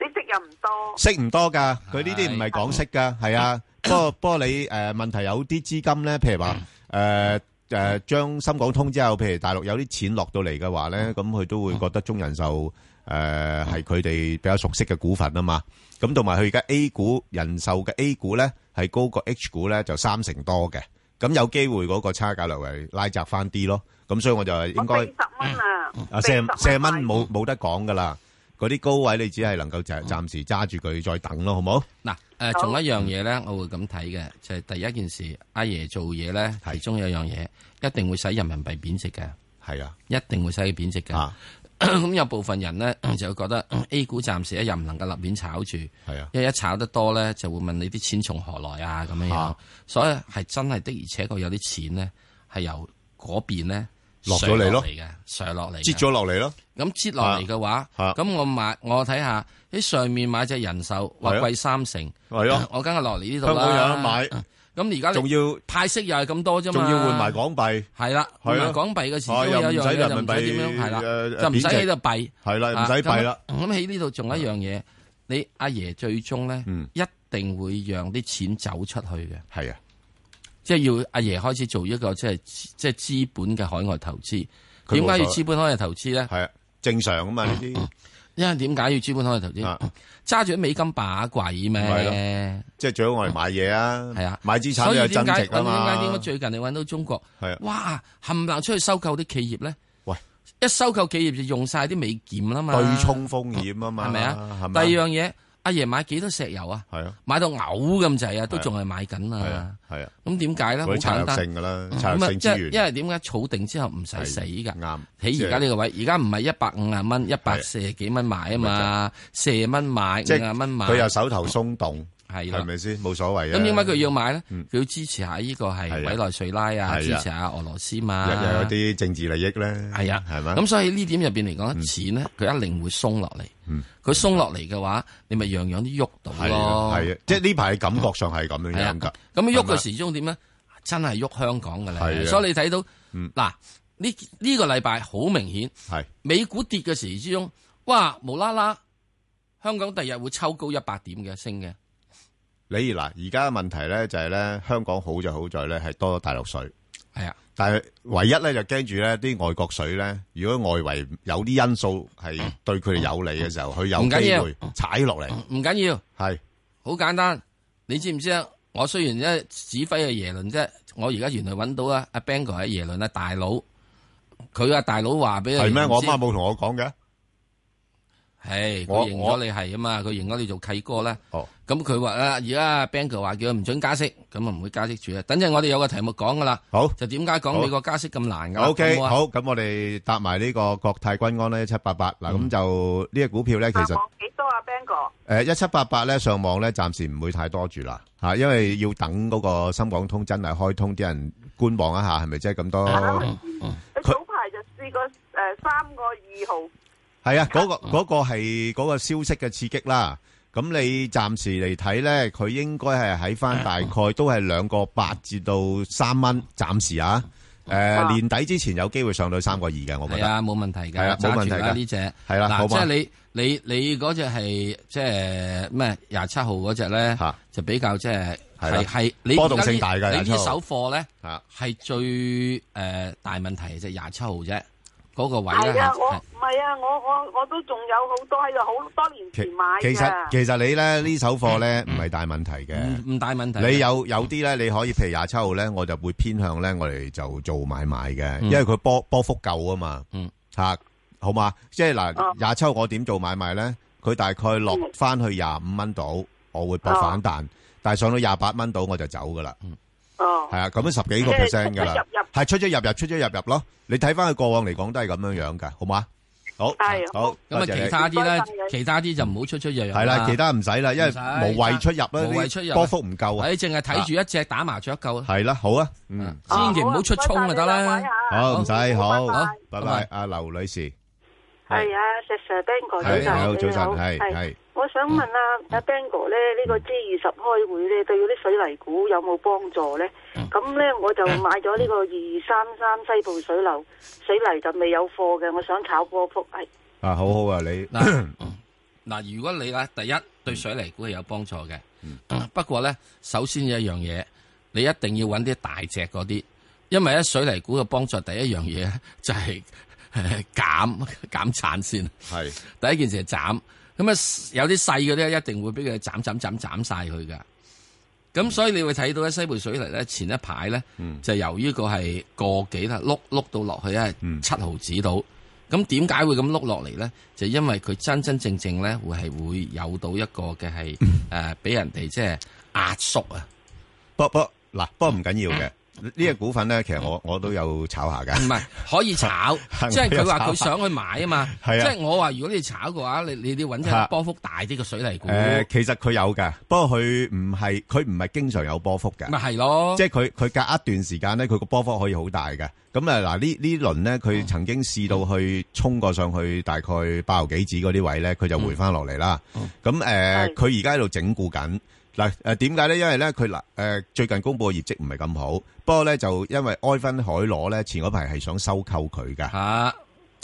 Speaker 6: 你息又唔多，
Speaker 4: 息唔多噶，佢呢啲唔係講息噶，係啊。不過不過你誒問題有啲資金咧，譬如話誒誒將深港通之後，譬如大陸有啲錢落到嚟嘅話咧，咁佢都會覺得中人壽誒係佢哋比較熟悉嘅股份啊嘛。咁同埋佢而家 A 股人壽嘅 A 股咧係高過 H 股咧就三成多嘅，咁有機會嗰個差價略為拉窄翻啲咯。咁所以我就應
Speaker 6: 我
Speaker 4: 該
Speaker 6: 四。十蚊啊，
Speaker 4: 啊，四
Speaker 6: 四
Speaker 4: 四蚊
Speaker 6: 買
Speaker 4: 冇冇得講噶啦，嗰啲高位你只係能夠暫暫時揸住佢再等咯，好冇？
Speaker 5: 嗱誒，仲有一樣嘢咧，我會咁睇嘅，就係第一件事，阿爺做嘢咧，其中有一樣嘢一定會使人民幣貶值嘅。
Speaker 4: 係啊，
Speaker 5: 一定會使佢貶值嘅。
Speaker 4: 啊
Speaker 5: 咁有部分人咧 就覺得嗯 A 股暫時咧又唔能夠立亂炒住，
Speaker 4: 係啊
Speaker 5: 因為一炒得多咧就會問你啲錢從何來啊咁樣樣
Speaker 4: 啊，
Speaker 5: 所以係真係的而且確有啲錢咧係由嗰邊咧
Speaker 4: 落咗嚟
Speaker 5: 上
Speaker 4: 咯
Speaker 5: 嘅，上落嚟嘅
Speaker 4: 擠咗落嚟咯，
Speaker 5: 咁接落嚟嘅話，
Speaker 4: 啊
Speaker 5: 咁我買我睇下喺上面買隻人壽，話
Speaker 4: 係啊
Speaker 5: 貴三成，
Speaker 4: 係啊
Speaker 5: 我梗係落嚟呢度
Speaker 4: 香
Speaker 5: 啦。
Speaker 4: 港有得買，
Speaker 5: 咁而家你
Speaker 4: 仲要
Speaker 5: 派息又係咁多啫嘛，
Speaker 4: 仲要換埋港幣，
Speaker 5: 係啦，
Speaker 4: 係
Speaker 5: 換
Speaker 4: 啊
Speaker 5: 埋港幣嘅時
Speaker 4: 啊
Speaker 5: 鐘
Speaker 4: 又
Speaker 5: 有一
Speaker 4: 唔
Speaker 5: 樣
Speaker 4: 使
Speaker 5: 嘢
Speaker 4: 人
Speaker 5: 就唔
Speaker 4: 民幣
Speaker 5: 使點樣，係啦，
Speaker 4: 誒
Speaker 5: 就唔使
Speaker 4: 貶值
Speaker 5: 喺度幣，
Speaker 4: 係呃啦，唔
Speaker 5: 啊
Speaker 4: 使幣啦，。
Speaker 5: 咁咁喺呢度仲有一樣嘢，你阿爺最終咧
Speaker 4: 嗯
Speaker 5: 一定會讓啲錢走出去嘅，
Speaker 4: 係啊，
Speaker 5: 即係要阿爺開始做一個即係即係資本嘅海外投資。
Speaker 4: 佢冇
Speaker 5: 點解要
Speaker 4: 錯
Speaker 5: 資本海外投資咧？
Speaker 4: 係啊，正常啊嘛呢啲，
Speaker 5: 因為點解要資本海外投資？
Speaker 4: 啊
Speaker 5: 揸住啲美金把鬼咩？
Speaker 4: 即係最好我嚟買嘢啊，
Speaker 5: 係啊，
Speaker 4: 買資產都有增值
Speaker 5: 所以點解
Speaker 4: 啊嘛，
Speaker 5: 點解點解最近你揾到中國？
Speaker 4: 係啊
Speaker 5: 哇，冚唪唥出去收購啲企業咧。
Speaker 4: 喂，
Speaker 5: 一收購企業就用晒啲美劍啦嘛。
Speaker 4: 對沖風險啊嘛，
Speaker 5: 係咪啊？
Speaker 4: 係
Speaker 5: 第
Speaker 4: 咪
Speaker 5: 二樣嘢，阿爺買幾多石油啊？
Speaker 4: 係啊，
Speaker 5: 買到嘔咁滯啊，都
Speaker 4: 係啊
Speaker 5: 仲係買緊
Speaker 4: 係
Speaker 5: 啊
Speaker 4: 啊。，係啊，
Speaker 5: 咁點解咧？好
Speaker 4: 嗰啲策
Speaker 5: 簡
Speaker 4: 略
Speaker 5: 單。
Speaker 4: 性噶啦，策
Speaker 5: 咁
Speaker 4: 略
Speaker 5: 啊，
Speaker 4: 性
Speaker 5: 即
Speaker 4: 資
Speaker 5: 係
Speaker 4: 源
Speaker 5: 因為點解儲定之後唔使
Speaker 4: 係
Speaker 5: 死㗎？
Speaker 4: 啱，
Speaker 5: 喺而家呢個位，而家唔係一百五啊蚊、一百
Speaker 4: 係
Speaker 5: 四十幾蚊買啊嘛，四十蚊買、五
Speaker 4: 即係
Speaker 5: 啊蚊買，
Speaker 4: 佢又手頭鬆動，
Speaker 5: 係啦
Speaker 4: 係。咪先？冇所謂啊。
Speaker 5: 咁點解佢要買咧？
Speaker 4: 嗯
Speaker 5: 佢要支持下呢個係
Speaker 4: 係啊
Speaker 5: 委內瑞拉
Speaker 4: 係
Speaker 5: 啊，
Speaker 4: 啊
Speaker 5: 支持下俄羅斯嘛。
Speaker 4: 又又有啲政治利益咧？
Speaker 5: 係啊，
Speaker 4: 係咪？
Speaker 5: 咁所以呢點入邊嚟講，錢咧佢一定會鬆落嚟
Speaker 4: 嗯。
Speaker 5: 佢鬆落嚟嘅話，你咪樣樣都喐到
Speaker 4: 係
Speaker 5: 咯
Speaker 4: 啊，。係啊，即係呢排感覺上係咁樣
Speaker 5: 係啊
Speaker 4: 樣㗎。
Speaker 5: 咁喐
Speaker 4: 係咪
Speaker 5: 嘅時鐘點咧？真係喐香港嘅
Speaker 4: 係
Speaker 5: 咧。
Speaker 4: 啊
Speaker 5: 所以你睇到
Speaker 4: 嗯
Speaker 5: 嗱呢呢個禮拜好明顯，
Speaker 4: 係
Speaker 5: 美股跌嘅時之中，哇無啦啦香港第日會抽高一百點嘅升嘅。
Speaker 4: 你嗱，而家嘅問題咧就係咧，香港好就好在咧係多大陸水，
Speaker 5: 係啊，
Speaker 4: 但係唯一咧就驚住咧啲外國水咧，如果外圍有啲因素係對佢哋有利嘅時候，佢有
Speaker 5: 唔緊
Speaker 4: 機
Speaker 5: 要
Speaker 4: 會踩落嚟，
Speaker 5: 唔緊要。
Speaker 4: 係
Speaker 5: 好簡單，你知唔知啊？我雖然咧指揮嘅耶倫啫，我而家原來揾到啊阿 Bang 哥喺耶倫啊大佬，佢啊大佬話俾佢
Speaker 4: 係咩？
Speaker 5: 知
Speaker 4: 我媽冇同我講嘅，
Speaker 5: 係
Speaker 4: 我
Speaker 5: 佢認
Speaker 4: 我
Speaker 5: 咗你係啊嘛，佢認咗你做契哥啦。
Speaker 4: 哦，
Speaker 5: 咁佢話啊，而家 Bang 哥話叫佢唔准加息，咁啊唔會加息住啊。等陣我哋有個題目講噶啦，
Speaker 4: 好。
Speaker 5: 就點解講
Speaker 4: 好
Speaker 5: 美國加啊息咁難噶
Speaker 4: OK，好，咁我哋搭埋呢個國泰君安呢，1788。嗱，咁
Speaker 5: 嗯
Speaker 4: 就呢只股票呢，其實，呃
Speaker 6: 上網幾多啊，Bang 哥？
Speaker 4: 誒，1788呢，上網呢，暫時唔會太多住啦，嚇，因為要等嗰個深港通真係開通，啲人觀望一下，係咪即係咁多？
Speaker 5: 啊
Speaker 6: 佢早排就試過誒三個二毫
Speaker 4: 係啊，嗰個 -嗰個係嗰個消息嘅刺激啦，咁你暫時嚟睇呢，佢應該係喺返大概都係兩個八至到三蚊，暫時啊，誒，
Speaker 6: 啊。
Speaker 4: 年底之前有機會上到三個二嘅，我覺得。
Speaker 5: 係啊，冇問題㗎，
Speaker 4: 係啊冇問題㗎
Speaker 5: 揸住啦呢只
Speaker 4: 係啦好
Speaker 5: 嗱，即
Speaker 4: 嘛
Speaker 5: 係你你你嗰只係即係咩廿七號嗰只咧
Speaker 4: 嚇，
Speaker 5: 就比較即係
Speaker 4: 係啦
Speaker 5: 係係你
Speaker 4: 波動性大㗎
Speaker 5: 而家呢你
Speaker 4: 廿七號
Speaker 5: 呢手貨咧
Speaker 4: 嚇
Speaker 5: 係最誒大問題就廿七號啫，嗰個位
Speaker 6: 係
Speaker 5: 咧
Speaker 6: 啊，我
Speaker 5: 係
Speaker 6: 唔係啊，我我我都仲有好多喺度，好多年前
Speaker 4: 其
Speaker 6: 買
Speaker 4: 其實
Speaker 6: 㗎。嗯
Speaker 4: 其實你咧呢手貨咧唔係大問題嘅，
Speaker 5: 唔唔大問
Speaker 6: 啊
Speaker 5: 題。
Speaker 4: 你有有啲咧你可以譬如廿七號咧，我就會偏向咧我哋就做買賣嘅，
Speaker 5: 嗯
Speaker 4: 因為佢波波幅夠啊嘛，
Speaker 5: 嗯
Speaker 4: 吓好嘛，即係嗱
Speaker 6: 哦嗯
Speaker 4: 廿七號我點做買賣咧？佢大概落翻去廿五蚊度，我會搏反彈，但係上到廿八蚊度我就走噶啦，
Speaker 6: 哦
Speaker 4: 係，啊，咁樣十幾個
Speaker 6: 即係
Speaker 4: percent 噶啦
Speaker 6: 出出入入，
Speaker 4: 係出咗入入出咗入入咯，你睇翻佢過往嚟講都係咁樣樣噶，好嘛？好，
Speaker 6: 係
Speaker 4: 好，
Speaker 5: 咁啊，
Speaker 4: 多謝你
Speaker 5: 其他啲
Speaker 6: 唔該
Speaker 5: 咧
Speaker 6: 晒，你
Speaker 5: 其他啲就唔好出出入入啦。
Speaker 4: 係啦，其他唔使啦，因為
Speaker 5: 唔使
Speaker 4: 無謂出入啦，
Speaker 5: 無謂
Speaker 4: 啲
Speaker 5: 出入啊
Speaker 4: 波幅唔夠啊。
Speaker 5: 你淨係睇住一隻打麻雀夠啦，
Speaker 4: 係啦，好啊，嗯，
Speaker 6: 啊
Speaker 5: 千祈唔好出衝就得
Speaker 6: 好啊唔該晒你兩位
Speaker 5: 啦。
Speaker 6: 啊
Speaker 4: 好唔使，好，
Speaker 6: 拜拜
Speaker 5: 拜
Speaker 4: 拜
Speaker 5: 拜
Speaker 4: 拜，阿劉女士，
Speaker 6: 系啊石 Sir Ben 哥早
Speaker 4: 係
Speaker 6: 晨，
Speaker 4: 好，
Speaker 6: 你好
Speaker 4: 早晨，係
Speaker 6: 係
Speaker 4: 係，
Speaker 6: 我想問啊，阿 Ben 哥咧，呢個 G 二十開會咧，對嗰啲水泥股有冇幫助咧？咁咧我就買咗呢個二三三西部水流水泥就未有貨嘅，我想炒波幅係
Speaker 4: 啊，好好啊，你
Speaker 5: 嗱哦嗱，如果你咧第一對水泥股係有幫助嘅，不過咧首先有一樣嘢，你一定要揾啲大隻嗰啲，因為咧水泥股嘅幫助第一樣嘢咧就係減減產先，
Speaker 4: 係
Speaker 5: 第一件事係斬。咁啊，有啲細嘅咧，一定會俾佢斬斬斬斬晒佢噶。咁所以你會睇到咧，西部水泥咧前一排咧，
Speaker 4: 嗯
Speaker 5: 就由於個係個幾啦，碌碌到落去咧
Speaker 4: 嗯
Speaker 5: 七毫子到。咁點解會咁碌落嚟咧？就因為佢真真正正咧，會係會有到一個嘅 係誒，俾人哋即係壓縮啊！
Speaker 4: 不不嗱，不過唔緊要嘅，呢只股份咧，其實
Speaker 5: 嗯
Speaker 4: 我我都有炒下㗎。
Speaker 5: 唔係可以炒
Speaker 4: 係，
Speaker 5: 即係佢話
Speaker 4: 可
Speaker 5: 佢
Speaker 4: 以炒
Speaker 5: 想去買啊嘛。即
Speaker 4: 係啊
Speaker 5: 係我話如果你炒嘅話，你你你揾
Speaker 4: 嚇
Speaker 5: 隻波幅大啲嘅水泥股，
Speaker 4: 诶，
Speaker 5: 咪
Speaker 4: 其實佢有㗎，不過佢唔係佢唔係經常有波幅㗎。
Speaker 5: 係咯。
Speaker 4: 即係佢佢隔一段時間咧，佢個波幅可以好大嘅。咁啊嗱，呢呢輪咧，佢曾經試到去衝過上去大概八毫幾子嗰啲位咧，佢就回翻落嚟啦。咁誒、呃
Speaker 6: 係
Speaker 4: 佢而家喺度整固緊。嗱誒點解咧？因為咧佢嗱誒最近公佈嘅業績唔係咁好，不過咧就因為埃芬海螺咧前嗰排係想收購佢㗎。
Speaker 5: 吓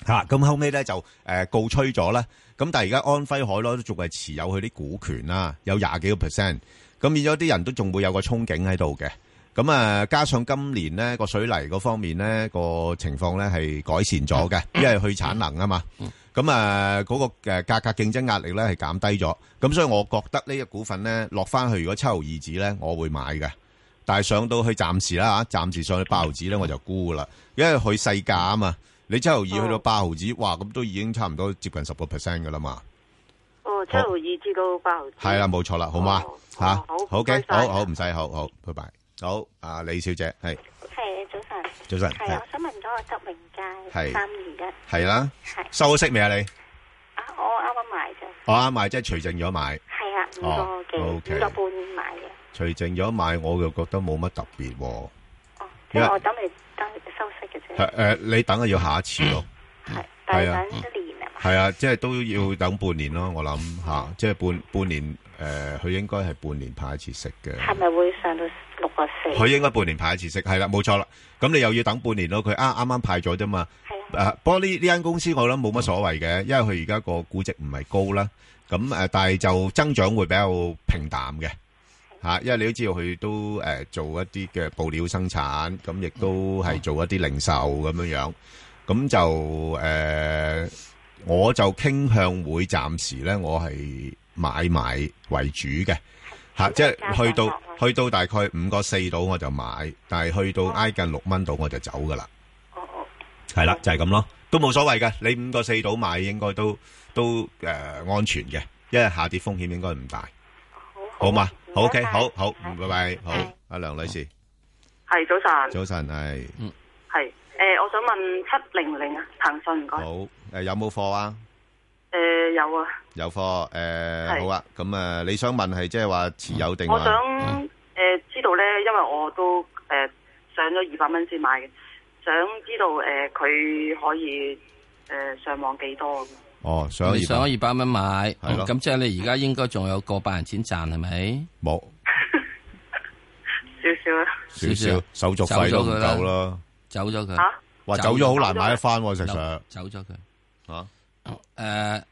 Speaker 4: 吓咁、後尾咧就誒、呃告吹咗啦。咁但係而家安徽海螺都仲係持有佢啲股權啦，有廿幾個 percent。咁變咗啲人都仲會有個憧憬喺度嘅。咁啊，加上今年咧個水泥嗰方面咧個情況咧係改善咗嘅，因為去產能啊嘛。咁啊，嗰個誒價格競爭壓力咧係減低咗。咁所以我覺得呢只股份咧落翻去，如果七毫二子咧，我會買嘅。但係上到去暫時啦嚇，暫時上去八毫子咧我就沽啦，因為佢細價啊嘛。你七毫二去到八毫子，哇！咁都已經差唔多接近十個 percent 噶啦嘛。
Speaker 6: 哦，七毫二至到八毫。
Speaker 4: 系啦，，冇錯啦，好嘛
Speaker 6: 哦
Speaker 4: 吓，
Speaker 6: 哦好
Speaker 4: 好嘅
Speaker 6: 唔該，晒
Speaker 4: 好好唔使，好好，拜拜。好，阿李小姐係
Speaker 7: 係早晨，
Speaker 4: 早晨，
Speaker 7: 係我想問嗰個德榮
Speaker 4: 係
Speaker 7: 街三二一
Speaker 4: 係啦，
Speaker 7: 係
Speaker 4: 收息未啊你？
Speaker 7: 啊，我啱啱買啫，
Speaker 4: 我啱買即係除淨咗買，
Speaker 7: 係啊，
Speaker 4: 哦
Speaker 7: 五個幾
Speaker 4: OK
Speaker 7: 五個半買嘅，
Speaker 4: 除淨咗買，我就覺得冇乜特別喎。
Speaker 7: 哦，因為
Speaker 4: 一
Speaker 7: 我等你等收息嘅
Speaker 4: 係
Speaker 7: 啫，
Speaker 4: 诶，你等下要下一次咯，
Speaker 7: 係，但
Speaker 4: 係
Speaker 7: 係
Speaker 4: 啊
Speaker 7: 等一年啊嘛，
Speaker 4: 係啊，即係都要等半年咯。我諗吓，即係半半年诶，佢應該係半年派一次息嘅。
Speaker 7: 係咪會上到六個四？
Speaker 4: 佢應該半年派一次息，係啦，冇錯啦。咁你又要等半年咯。佢啱啱啱派咗啫嘛。
Speaker 7: 係啊，
Speaker 4: 誒，不過呢呢間公司我諗冇乜所謂嘅，因為佢而家個估值唔係高啦。咁誒，但係就增長會比較平淡嘅嚇、因為你都知道佢都誒、做一啲嘅布料生產，咁亦都係做一啲零售咁樣樣。咁就誒、我就傾向會暫時咧，我係買賣為主嘅嚇、即係去到去到大概五個四度我就買，但係去到挨近六蚊度我就走噶啦。
Speaker 7: 哦哦，
Speaker 4: 系啦，就系咁咯，都冇所謂嘅。你五個四度買應該都都诶、呃安全嘅，因為下跌風險應該唔大，
Speaker 7: 好
Speaker 4: 好嘛？
Speaker 7: 唔該
Speaker 4: 好 OK，
Speaker 7: 晒
Speaker 4: 好好，嗯
Speaker 7: 係
Speaker 4: 拜拜，好
Speaker 7: 係，
Speaker 4: 阿梁女士，
Speaker 6: 係早晨，
Speaker 4: 早晨係
Speaker 6: 係诶，誒我想問七零零啊，騰訊唔該，
Speaker 4: 好诶，有冇貨啊？
Speaker 6: 诶有啊，
Speaker 4: 有貨诶，
Speaker 6: 係
Speaker 4: 好啊。咁啊，你想問係即係話持有定
Speaker 6: 我
Speaker 4: 話？
Speaker 6: 想
Speaker 4: 嗯
Speaker 6: 诶知道咧，因為我都诶上咗二百蚊先買嘅，想知道诶佢可以诶上網幾多咁。
Speaker 4: 哦，想
Speaker 5: 你上咗二百蚊買，
Speaker 4: 係咯
Speaker 5: 咁即係你而家應該仲有個百人錢賺係咪？
Speaker 4: 冇
Speaker 6: 少少啊啦，
Speaker 4: 少
Speaker 5: 少
Speaker 4: 少
Speaker 5: 少
Speaker 4: 手續費都唔
Speaker 5: 走咗佢啦
Speaker 4: 夠啦。
Speaker 5: 走咗佢，
Speaker 6: 吓
Speaker 4: 話
Speaker 5: 走
Speaker 4: 走
Speaker 5: 咗
Speaker 4: 咗好難買得翻喎，石
Speaker 5: 走
Speaker 4: Sir
Speaker 5: 走咗佢。
Speaker 4: 啊，
Speaker 5: 诶、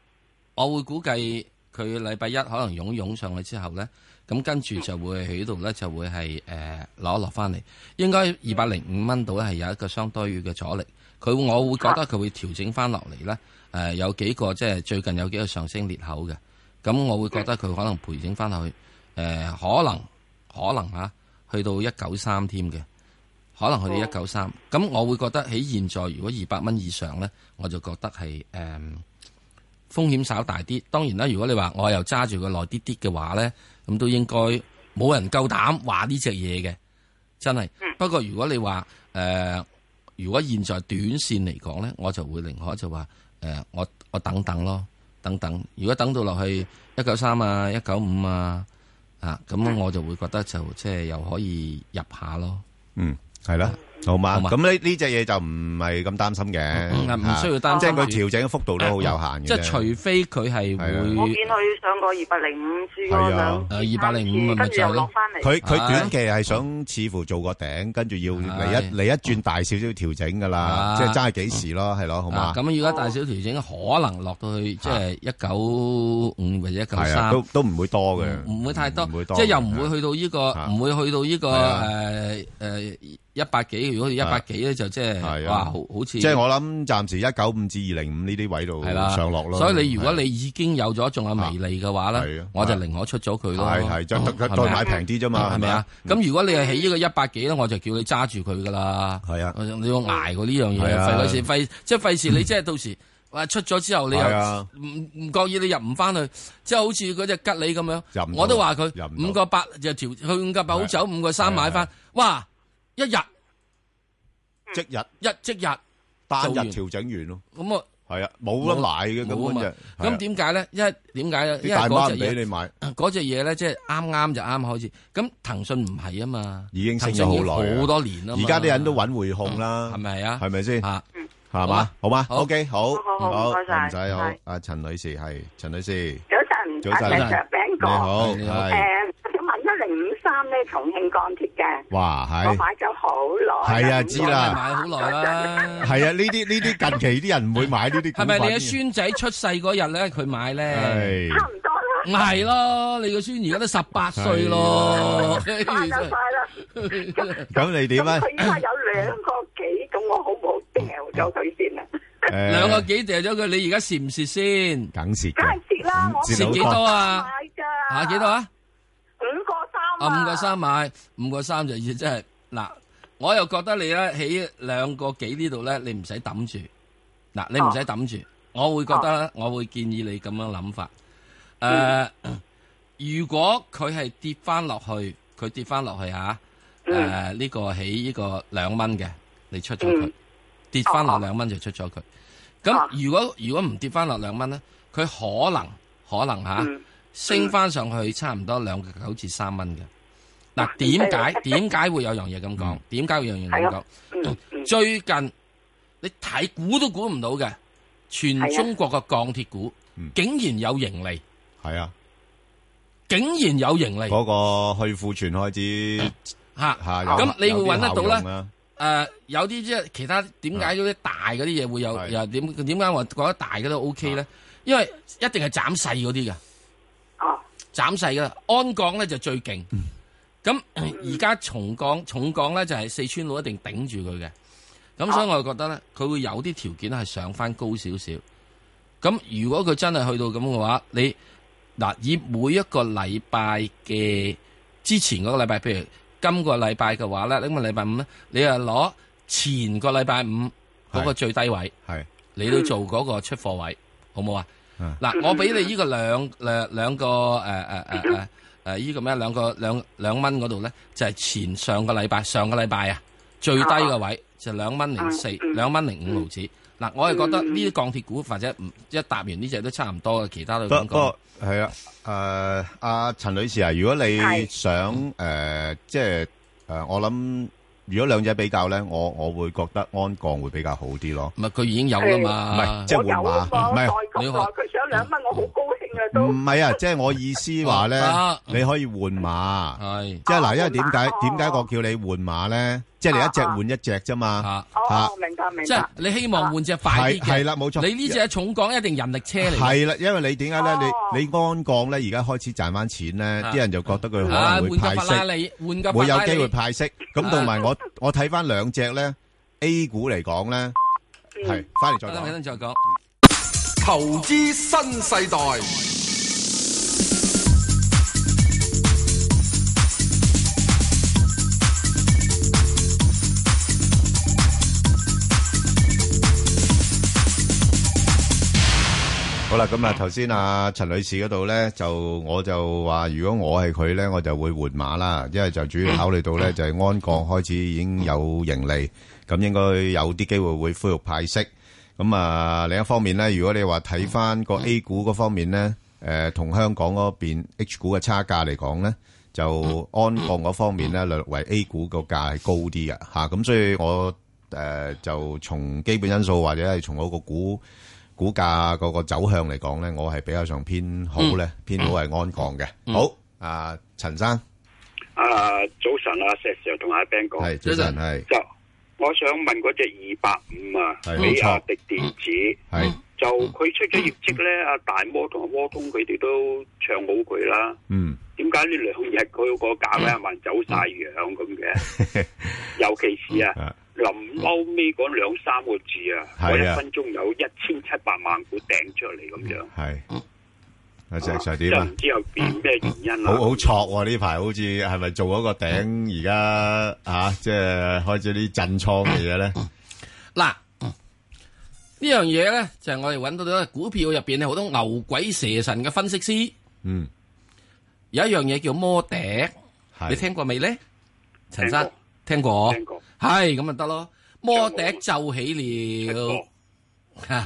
Speaker 5: 我會估計佢禮拜一可能湧湧上去之後咧，咁跟住就會喺度咧就會係诶攞一落翻嚟，應該二百零五蚊度咧係有一個相對嘅阻力。佢我會覺得佢會調整翻落嚟咧，诶、有幾個即係最近有幾個上升裂口嘅，咁我會覺得佢可能培整翻落去，诶、可能可能吓、去到一九三添嘅。可能去到一九三，咁我會覺得喺現在如果二百蚊以上咧，我就覺得係誒、風險稍大啲。當然啦，如果你話我又揸住佢耐啲啲嘅話咧，咁都應該冇人夠膽話呢只嘢嘅，真係。不過如果你話誒、如果現在短線嚟講咧，我就會寧可就話誒、我我等等咯，等等。如果等到落去一九三啊、一九五啊啊，咁我就會覺得就即係又可以入下咯。
Speaker 4: 嗯，係啦，好嘛？
Speaker 5: 好嘛
Speaker 4: 咁呢呢只嘢就唔係咁擔心嘅，
Speaker 5: 嗯唔需要擔
Speaker 4: 即
Speaker 5: 心
Speaker 4: 係佢調整嘅幅度都好有限嘅啫。
Speaker 5: 即係除非佢係
Speaker 6: 我
Speaker 5: 會
Speaker 6: 見佢上過二百零五至嗰
Speaker 4: 係啊
Speaker 6: 兩
Speaker 5: 誒205咪
Speaker 6: 跟住
Speaker 5: 就係
Speaker 6: 又
Speaker 5: 咯
Speaker 6: 落翻嚟。
Speaker 4: 佢佢
Speaker 5: 係。
Speaker 4: 短期係想似乎做個頂，跟住要嚟一-
Speaker 5: 係。
Speaker 4: 嚟一轉大少少調整㗎
Speaker 5: 係。
Speaker 4: 啦，即係爭係幾時咯，係咯，好嘛？
Speaker 5: 啊咁，如果大小調整可能落到去即係一九五或者一九三，
Speaker 4: 係啊，都-都唔會多嘅，
Speaker 5: 嗯唔會太多，
Speaker 4: 唔會多嘅，
Speaker 5: 即係又唔會去到呢個，
Speaker 4: 啊
Speaker 5: 唔會去到呢個
Speaker 4: 係啊
Speaker 5: 誒誒一百幾。如果一百幾咧，就即係
Speaker 4: 係啊
Speaker 5: 哇，好好似
Speaker 4: 即係我諗暫時195至205呢啲位度
Speaker 5: 係啦
Speaker 4: 上落咯，
Speaker 5: 所以你如果你已經有咗仲有微利嘅話
Speaker 4: 係
Speaker 5: 咧
Speaker 4: 啊，
Speaker 5: 我就寧可出咗佢
Speaker 4: 係。
Speaker 5: 咯。
Speaker 4: 係，係，再-再-
Speaker 5: 係咪啊
Speaker 4: 再買平啲啫嘛，
Speaker 5: 係咪啊？
Speaker 4: 係咪啊？
Speaker 5: 咁如果你係喺呢個一百幾咧，我就叫你揸住佢噶啦。
Speaker 4: 係啊
Speaker 5: 我就你要捱過呢樣嘢，
Speaker 4: 係啊
Speaker 5: 費鬼事費，即係費事你即係到時話出咗之後，你又
Speaker 4: 係啊
Speaker 5: 唔唔覺意你入唔翻去，即係好似嗰只吉利咁
Speaker 4: 入唔
Speaker 5: 樣。
Speaker 4: 到
Speaker 5: 我都話佢
Speaker 4: 入唔到啊
Speaker 5: 五個八就調去五個八好走，五個三買翻，哇！一日
Speaker 4: 即日單日
Speaker 5: 一即日啊咁做完。
Speaker 4: 調整完咯。
Speaker 5: 啊，
Speaker 4: 係啊，冇得買嘅，
Speaker 5: 冇
Speaker 4: 根本就係。
Speaker 5: 啊嘛。咁點解咧？因為點解咧？因為嗰隻嘢
Speaker 4: 啲大媽唔俾你買，
Speaker 5: 嗰只嘢咧，即係啱啱就啱開始。咁騰訊唔係啊嘛，
Speaker 4: 已經升
Speaker 5: 騰
Speaker 4: 咗
Speaker 5: 訊
Speaker 4: 好
Speaker 5: 已
Speaker 4: 耐
Speaker 5: 經
Speaker 4: 啊
Speaker 5: 好多年啦嘛。
Speaker 4: 而家啲人都揾回控啦，
Speaker 5: 係咪啊？
Speaker 4: 係咪先？
Speaker 5: 啊，
Speaker 4: 係嘛？
Speaker 5: 好啊。
Speaker 4: 好嘛？
Speaker 5: 好。
Speaker 4: OK，好，
Speaker 7: 好，好，
Speaker 4: 好，
Speaker 7: 唔該晒，
Speaker 4: 唔使，好。
Speaker 7: 係。
Speaker 4: 啊，陳女士，係，陳女士，
Speaker 7: 早晨，
Speaker 4: 早晨
Speaker 7: 阿 Sir 餅哥，
Speaker 4: 你好，
Speaker 5: 你好。
Speaker 7: 誒，
Speaker 4: 係。
Speaker 7: 我想問一零五三咧，重慶鋼鐵嘅，
Speaker 4: 哇，係。
Speaker 7: 我買咗好耐。
Speaker 4: 係啊知啦
Speaker 5: 買好耐啦。
Speaker 4: 係啊，呢啲-呢啲近期啲人唔會買呢啲股
Speaker 5: 係咪你
Speaker 4: 份嘅。
Speaker 5: 嘅孫仔出世嗰日咧，佢買咧？
Speaker 4: 係。
Speaker 7: 差唔多啦，
Speaker 5: 唔係咯，你個孫而家都十八歲咯。
Speaker 7: 快啦快啦。
Speaker 4: 咁你點啊？
Speaker 7: 咁佢依家有兩個幾，咁我好唔好掉咗佢先啊？
Speaker 4: 誒，
Speaker 5: 兩個幾掉咗佢，你而家蝕唔蝕先？
Speaker 4: 梗蝕嘅。
Speaker 7: 梗係蝕啦，我
Speaker 4: 蝕好
Speaker 5: 蝕幾
Speaker 4: 多
Speaker 5: 多啊？
Speaker 7: 買㗎。
Speaker 5: 嚇幾多？啊？
Speaker 7: 五個三
Speaker 5: 啊，五個三買，五個三就要真係嗱，我又覺得你咧喺兩個幾呢度咧，你唔使抌住，嗱，你唔使抌住，我會覺得咧，我會建議你咁樣諗法。誒、嗯如果佢係跌翻落去，佢跌翻落去嚇，誒、呢、個喺呢個兩蚊嘅，你出咗佢，
Speaker 7: 嗯
Speaker 5: 跌翻
Speaker 7: 哦
Speaker 5: 落
Speaker 7: 哦
Speaker 5: 兩蚊就出咗佢。咁、
Speaker 7: 哦
Speaker 5: 如果如果唔跌翻落兩蚊咧，佢可能可能嚇。
Speaker 7: 嗯
Speaker 5: 升翻上去差唔多兩個九至三蚊嘅。嗱
Speaker 7: 哇，
Speaker 5: 點
Speaker 7: 咁嗯
Speaker 5: 解點解會有樣嘢咁講？點解會有樣嘢
Speaker 7: 係
Speaker 5: 咁
Speaker 7: 啊
Speaker 5: 講
Speaker 7: 嗯？嗯
Speaker 5: 最近你睇估都估唔到嘅，全
Speaker 7: 係啊
Speaker 5: 中國嘅鋼鐵股
Speaker 4: 嗯
Speaker 5: 竟然有盈利，
Speaker 4: 係啊，嗰個去庫存開始
Speaker 5: 竟然有盈利吓。
Speaker 4: 嚇，有-
Speaker 5: 咁你會
Speaker 4: 有啲
Speaker 5: 揾得到咧？
Speaker 4: 效用啦。嗯
Speaker 5: 誒，有啲即係其他點解嗰啲大嗰啲嘢會有
Speaker 4: 係啊
Speaker 5: 又點點解我覺得大嘅都 OK 咧？因為一定係斬細嗰啲嘅。
Speaker 7: 哦，
Speaker 5: 斬細噶啦，安鋼咧就最勁。咁呃而家重鋼重鋼咧就係四川佬一定頂住佢嘅。咁所以我就覺得咧，佢會有啲條件係上翻高少少。咁如果佢真係去到咁嘅話，你嗱以每一個禮拜嘅之前嗰個禮拜，譬如今個禮拜嘅話咧，今個禮拜五咧，你啊攞前個禮拜五嗰個
Speaker 4: 係
Speaker 5: 最低位。
Speaker 4: 係
Speaker 5: 你都做嗰個出貨位，好冇啊
Speaker 4: 嗯？
Speaker 5: 嗱，我俾你呢個兩兩兩個誒誒誒誒
Speaker 4: 嗯
Speaker 5: 誒依個咩兩個兩兩蚊嗰度咧，就係前上個禮拜上個禮拜啊最低嘅
Speaker 4: 啊
Speaker 5: 位就兩蚊零四
Speaker 7: 嗯
Speaker 5: 兩蚊零五毫子。嗱，我係覺
Speaker 4: 嗯
Speaker 5: 得呢啲鋼鐵股或者唔一搭完呢只都差唔多嘅，其他都
Speaker 4: 不
Speaker 5: 咁講。
Speaker 4: 不係啊，誒阿陳女士啊，如果你
Speaker 7: 係
Speaker 4: 想誒，即係誒，我諗如果兩者比較咧，我我會覺得安鋼會比較好啲咯，
Speaker 5: 唔係佢已經有啦
Speaker 4: 唔
Speaker 5: 嘛
Speaker 4: 係，即係
Speaker 7: 我有
Speaker 4: 換
Speaker 7: 啊
Speaker 4: 馬，
Speaker 7: 我
Speaker 4: 唔
Speaker 7: 代
Speaker 4: 係
Speaker 7: 咁耐，佢想兩蚊，我好高興啊
Speaker 4: 唔
Speaker 7: 都。
Speaker 4: 係啊，即係我意思話咧
Speaker 5: 啊，
Speaker 4: 你可以換馬，
Speaker 5: 係
Speaker 4: 即係嗱，因為點解
Speaker 7: 哦
Speaker 4: 點解我叫你換馬咧？即係你一隻換一隻啫嘛，
Speaker 5: 啊，
Speaker 4: 嚇
Speaker 7: 啊哦，明白明
Speaker 5: 即係
Speaker 7: 白。
Speaker 5: 你希望換只快
Speaker 4: 係
Speaker 5: 啲
Speaker 4: 係
Speaker 5: 嘅。
Speaker 4: 啦，冇錯，
Speaker 5: 你呢只重鋼一定人力車嚟嘅，
Speaker 4: 係啦，因為你點解咧？
Speaker 7: 哦
Speaker 4: 你你安鋼咧，而家開始賺翻錢咧，
Speaker 5: 啊
Speaker 4: 啲人就覺得佢可
Speaker 5: 啊
Speaker 4: 能
Speaker 5: 換
Speaker 4: 會
Speaker 5: 個
Speaker 4: 派
Speaker 5: 法
Speaker 4: 息
Speaker 5: 拉。利，換個法
Speaker 4: 會有
Speaker 5: 拉
Speaker 4: 機會
Speaker 5: 利。
Speaker 4: 派息。咁同埋我我睇翻兩隻咧 A 股嚟講咧，係翻嚟再
Speaker 5: 等等等等
Speaker 4: 講。
Speaker 5: 再講。
Speaker 3: 投資新世代，
Speaker 4: 好啦，咁啊頭先啊陳女士嗰度咧，就我就話如果我係佢咧，我就會換馬啦，因為就主要考慮到咧就係安鋼開始已經有盈利，咁應該有啲機會會恢復派息。咁啊另一方面咧，如果你話睇翻個 A 股嗰方面咧，誒同香港嗰邊 H 股嘅差價嚟講咧。就安鋼嗰方面咧，略為 A 股個價係高啲嘅嚇，咁、所以我誒、呃就從基本因素或者係從嗰個股股價嗰個走向嚟講咧，我係比較上偏好咧，偏好係安鋼嘅。好，啊陳生
Speaker 8: 啊，早晨啊，石 Sir 同阿 Ben 哥，
Speaker 4: 係
Speaker 5: 早
Speaker 4: 早
Speaker 5: 晨
Speaker 4: 晨係
Speaker 8: 就我想問嗰只二百五啊，
Speaker 4: 係
Speaker 8: 比亞
Speaker 4: 冇錯嗯
Speaker 8: 迪電子，
Speaker 4: 係
Speaker 8: 就佢出咗業績咧，阿大摩同阿摩通佢哋都唱好佢啦。
Speaker 4: 嗯
Speaker 8: 點解呢兩日佢個價位係咪走晒樣咁 嘅？尤其是啊，
Speaker 4: 啊
Speaker 8: 臨嬲尾嗰兩三個字啊，嗰
Speaker 4: 係啊
Speaker 8: 一分鐘有一千七百萬股掟出嚟咁樣，
Speaker 4: 係阿石 Sir
Speaker 8: 即
Speaker 4: 點
Speaker 8: 係
Speaker 4: 啊
Speaker 8: 唔？知有邊咩原因
Speaker 4: 好
Speaker 8: 啊？
Speaker 4: 好挫喎！呢排好似係咪做嗰個頂？而家啊，即係開始啲震倉嘅嘢咧，
Speaker 5: 嗱，呢樣嘢咧就係、我哋揾到咗股票入边咧好多牛鬼蛇神嘅分析師，
Speaker 4: 嗯，
Speaker 5: 有一樣嘢叫摩笛，
Speaker 4: 係
Speaker 5: 你聽過未咧？陳
Speaker 8: 聽
Speaker 5: 生聽過
Speaker 8: 聽過
Speaker 5: 係咁咪得咯。魔笛奏起了，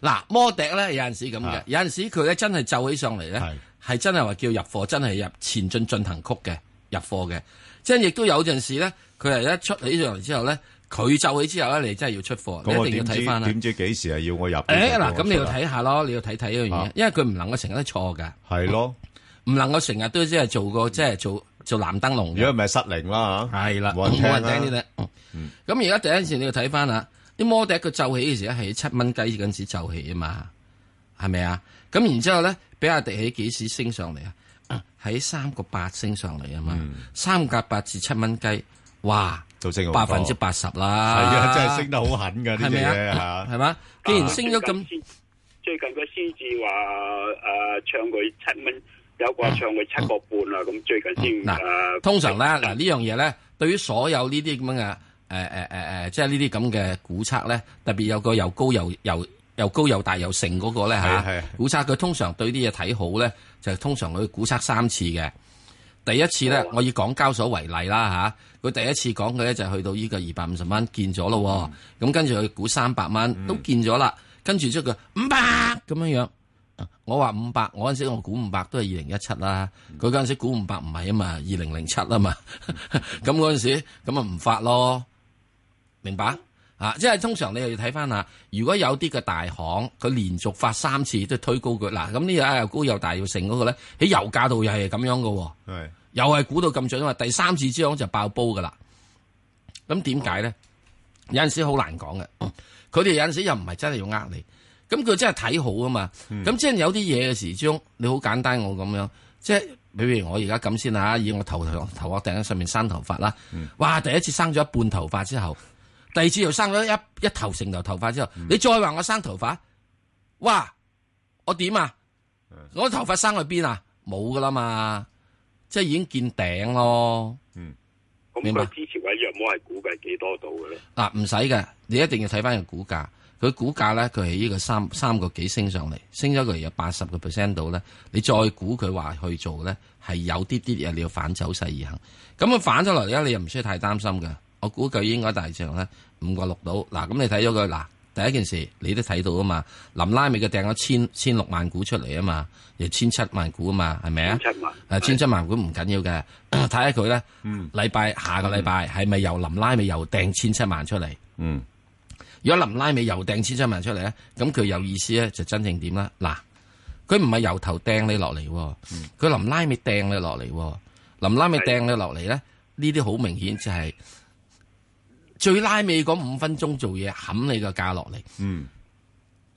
Speaker 5: 嗱魔笛咧有陣時咁嘅
Speaker 4: 啊，
Speaker 5: 有陣時佢咧真係奏起上嚟咧
Speaker 4: 係，
Speaker 5: 係真係話叫入貨，真係入前進進行曲嘅入貨嘅。即係亦都有陣時咧，佢係一出起上嚟之後咧，佢奏起之後咧，你真係要出貨，
Speaker 4: 咁我
Speaker 5: 你一定要
Speaker 4: 點知-
Speaker 5: 睇翻啦。
Speaker 4: 點知幾時係要我入呢個
Speaker 5: 誒嗱，
Speaker 4: 歌
Speaker 5: 咁你要
Speaker 4: 出啊？
Speaker 5: 睇下咯，你要睇睇一樣嘢
Speaker 4: 啊，
Speaker 5: 因為佢唔能夠成日都錯㗎，唔能夠成日都即係做個即係做做藍燈籠嘅。
Speaker 4: 係咯，如果唔係失靈啦，嚇。
Speaker 5: 係啦，
Speaker 4: 冇人
Speaker 5: 冇
Speaker 4: 聽啦嗯
Speaker 5: 人聽呢啲。咁而家第一次你要睇翻啦，啲摩笛佢奏起嘅時候係七蚊雞嗰陣時奏起啊嘛，係咪啊？咁然之後咧，比亞迪起幾時升上嚟啊？喺三個八升上嚟啊嘛，
Speaker 4: 嗯
Speaker 5: 三個八至七蚊雞，哇，
Speaker 4: 都升好多。
Speaker 5: 百分之八十啦，
Speaker 4: 係啊，真係升得好狠㗎，呢隻嘢，
Speaker 5: 係咪啊？係嘛？既然升咗咁。
Speaker 8: 最近個先至話誒唱佢七蚊，有個話唱佢七個半啊，咁最近先
Speaker 5: 嗯
Speaker 8: 呃
Speaker 5: 嗱
Speaker 8: 誒。
Speaker 5: 通常咧，嗱呢樣嘢咧，對於所有呢啲咁樣嘅誒誒誒誒，即係呢啲咁嘅估測咧，特別有個又高又又又高又大又盛嗰個咧
Speaker 4: 係
Speaker 5: 嚇
Speaker 4: 係，
Speaker 5: 估測佢通常對啲嘢睇好咧，就通常佢估測三次嘅。第一次
Speaker 4: 哦
Speaker 5: 咧，我以港交所為例啦嚇，佢第一次講嘅咧就係去到呢個二百五十蚊見咗咯
Speaker 4: 嗯
Speaker 5: 喎，咁跟住佢估三百蚊都見咗啦，跟住之後佢五百咁樣樣。我話五百，我嗰陣時我估五百都係二零一七啦，佢嗰陣時估五百唔係啊嘛，二零零七啊嘛， 咁嗰陣時咁啊唔發咯，明白？啊，即係通常你又要睇翻下，如果有啲嘅大行佢連續發三次都推高佢，嗱咁呢個又高又大又盛嗰個咧，喺油價度又係咁樣嘅喎。
Speaker 4: 係。
Speaker 5: 又係估到咁準啊嘛！第三次之後就爆煲噶啦。咁點解咧？有陣時好難講嘅， 佢哋有陣時又唔係真係要呃你，咁佢真係睇好啊嘛。咁、即係有啲嘢嘅時鐘，你好簡單我咁樣，即係比如我而家咁先啦，以我頭頭頭殼頂上面生頭髮啦，哇！第一次生咗一半頭髮之後，第二次又生咗一一頭成頭頭髮之後，你再話我生頭髮，哇！我點啊？我頭髮生去邊啊？冇噶啦嘛，即係已經見頂咯。
Speaker 8: 咁
Speaker 5: 明白
Speaker 8: 佢支持位約摸係估計幾多度嘅咧？
Speaker 5: 嗱，唔使嘅，你一定要睇翻個股價。佢股價咧，佢係呢個三三個幾升上嚟，升咗佢有八十個 percent 度咧。你再估佢話去做咧，係有啲啲嘢你要反走勢而行。咁佢反咗落嚟咧，你又唔需要太擔心嘅。我估計應該大致上咧五個六到。嗱，咁你睇咗佢嗱，第一件事你都睇到啊嘛。林拉美佢掟咗千千六萬股出嚟啊嘛，又千七萬股啊嘛，係咪啊？
Speaker 8: 七萬。
Speaker 5: 誒千七萬股唔緊要嘅，睇下佢咧，禮拜下個禮拜係咪由林拉美又掟千七萬出嚟？如果林拉美又掟千七萬出嚟咧，咁佢有意思咧就真正點啦？嗱，佢唔係由頭掟你落嚟喎，佢林拉美掟你落嚟喎，林拉美掟你落嚟咧，呢啲好明顯就係最拉尾嗰五分鐘做嘢冚你個價落嚟，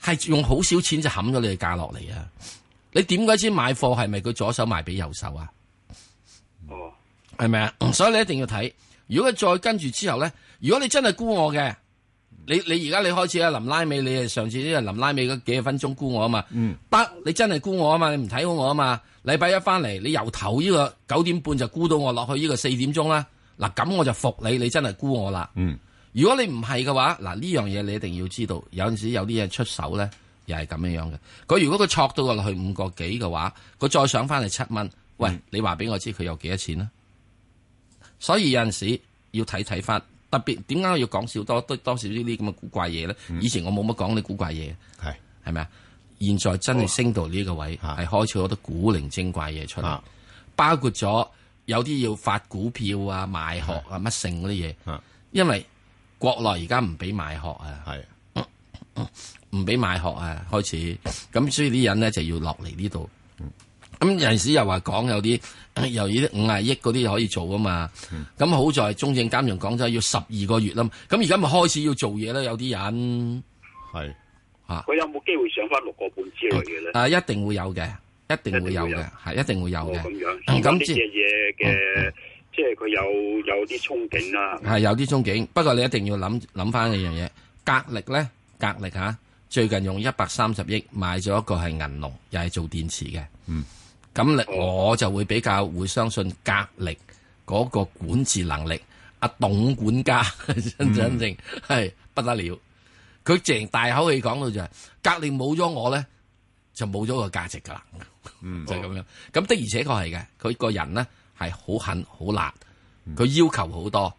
Speaker 5: 係用好少錢就冚咗你個價落嚟啊！你點解先買貨係咪佢左手賣俾右手啊？
Speaker 8: 哦，
Speaker 5: 系咪啊？所以你一定要睇。如果佢再跟住之後咧，如果你真係估我嘅，你你而家你開始啊，林拉尾，你係上次呢個林拉尾嗰幾十分鐘估我啊嘛，得你真係估我啊嘛，你唔睇好我啊嘛。禮拜一翻嚟，你由頭呢個九點半就估到我落去呢個四點鐘啦。嗱，咁我就服你，你真係估我啦。
Speaker 4: 嗯
Speaker 5: 如果你唔係嘅話，嗱呢樣嘢你一定要知道，有陣時有啲嘢出手咧，又係咁樣樣嘅。佢如果佢戳到落去五個幾嘅話，佢再上翻嚟七蚊，喂，你話俾我知佢有幾多錢啊啦？所以有陣時要睇睇翻，特別點解我要講少多多多少呢啲咁嘅古怪嘢咧？
Speaker 4: 嗯
Speaker 5: 以前我冇乜講你古怪嘢，係咪啊？現在真係升到呢個位，
Speaker 4: 啊
Speaker 5: 係開始好多古靈精怪嘢出嚟
Speaker 4: 啊，
Speaker 5: 包括咗有啲要發股票啊、賣殼啊、乜剩嗰啲嘢
Speaker 4: 啊，
Speaker 5: 因為國內而家唔俾賣殼啊。
Speaker 4: 係，係，係，係，
Speaker 5: 唔俾買學啊，開始咁，所以啲人咧就要落嚟呢度。咁有陣時又話講有啲由呢啲五廿億嗰啲可以做啊嘛。咁好在中證監仲講咗要十二個月啦嘛。咁而家咪開始要做嘢啦，有啲人
Speaker 8: 佢有冇機會上翻六個半之類嘅咧？
Speaker 5: 啊一定會有嘅，一定會有
Speaker 8: 一定會有
Speaker 5: 嘅，係一定會有
Speaker 8: 哦，咁
Speaker 5: 嘅，
Speaker 8: 樣。
Speaker 5: 嗯
Speaker 8: 而家
Speaker 5: 咁嗯
Speaker 8: 呢
Speaker 5: 即
Speaker 8: 隻嘢嘅，即係佢有有啲憧憬啊啦。
Speaker 5: 係有啲憧憬。不過你一定要諗諗翻一樣嘢，格力咧，格力嚇、最近用一百三十億買咗一個係銀龍，又係做電池嘅。咁你我就會比較會相信格力嗰個管治能力，阿董管家 真真正係不得了。佢成大口氣講到就係、格力冇咗我咧，就冇咗個價值㗎啦。就係咁樣。咁的而且確係嘅，佢個人咧係好狠好辣，佢要求好多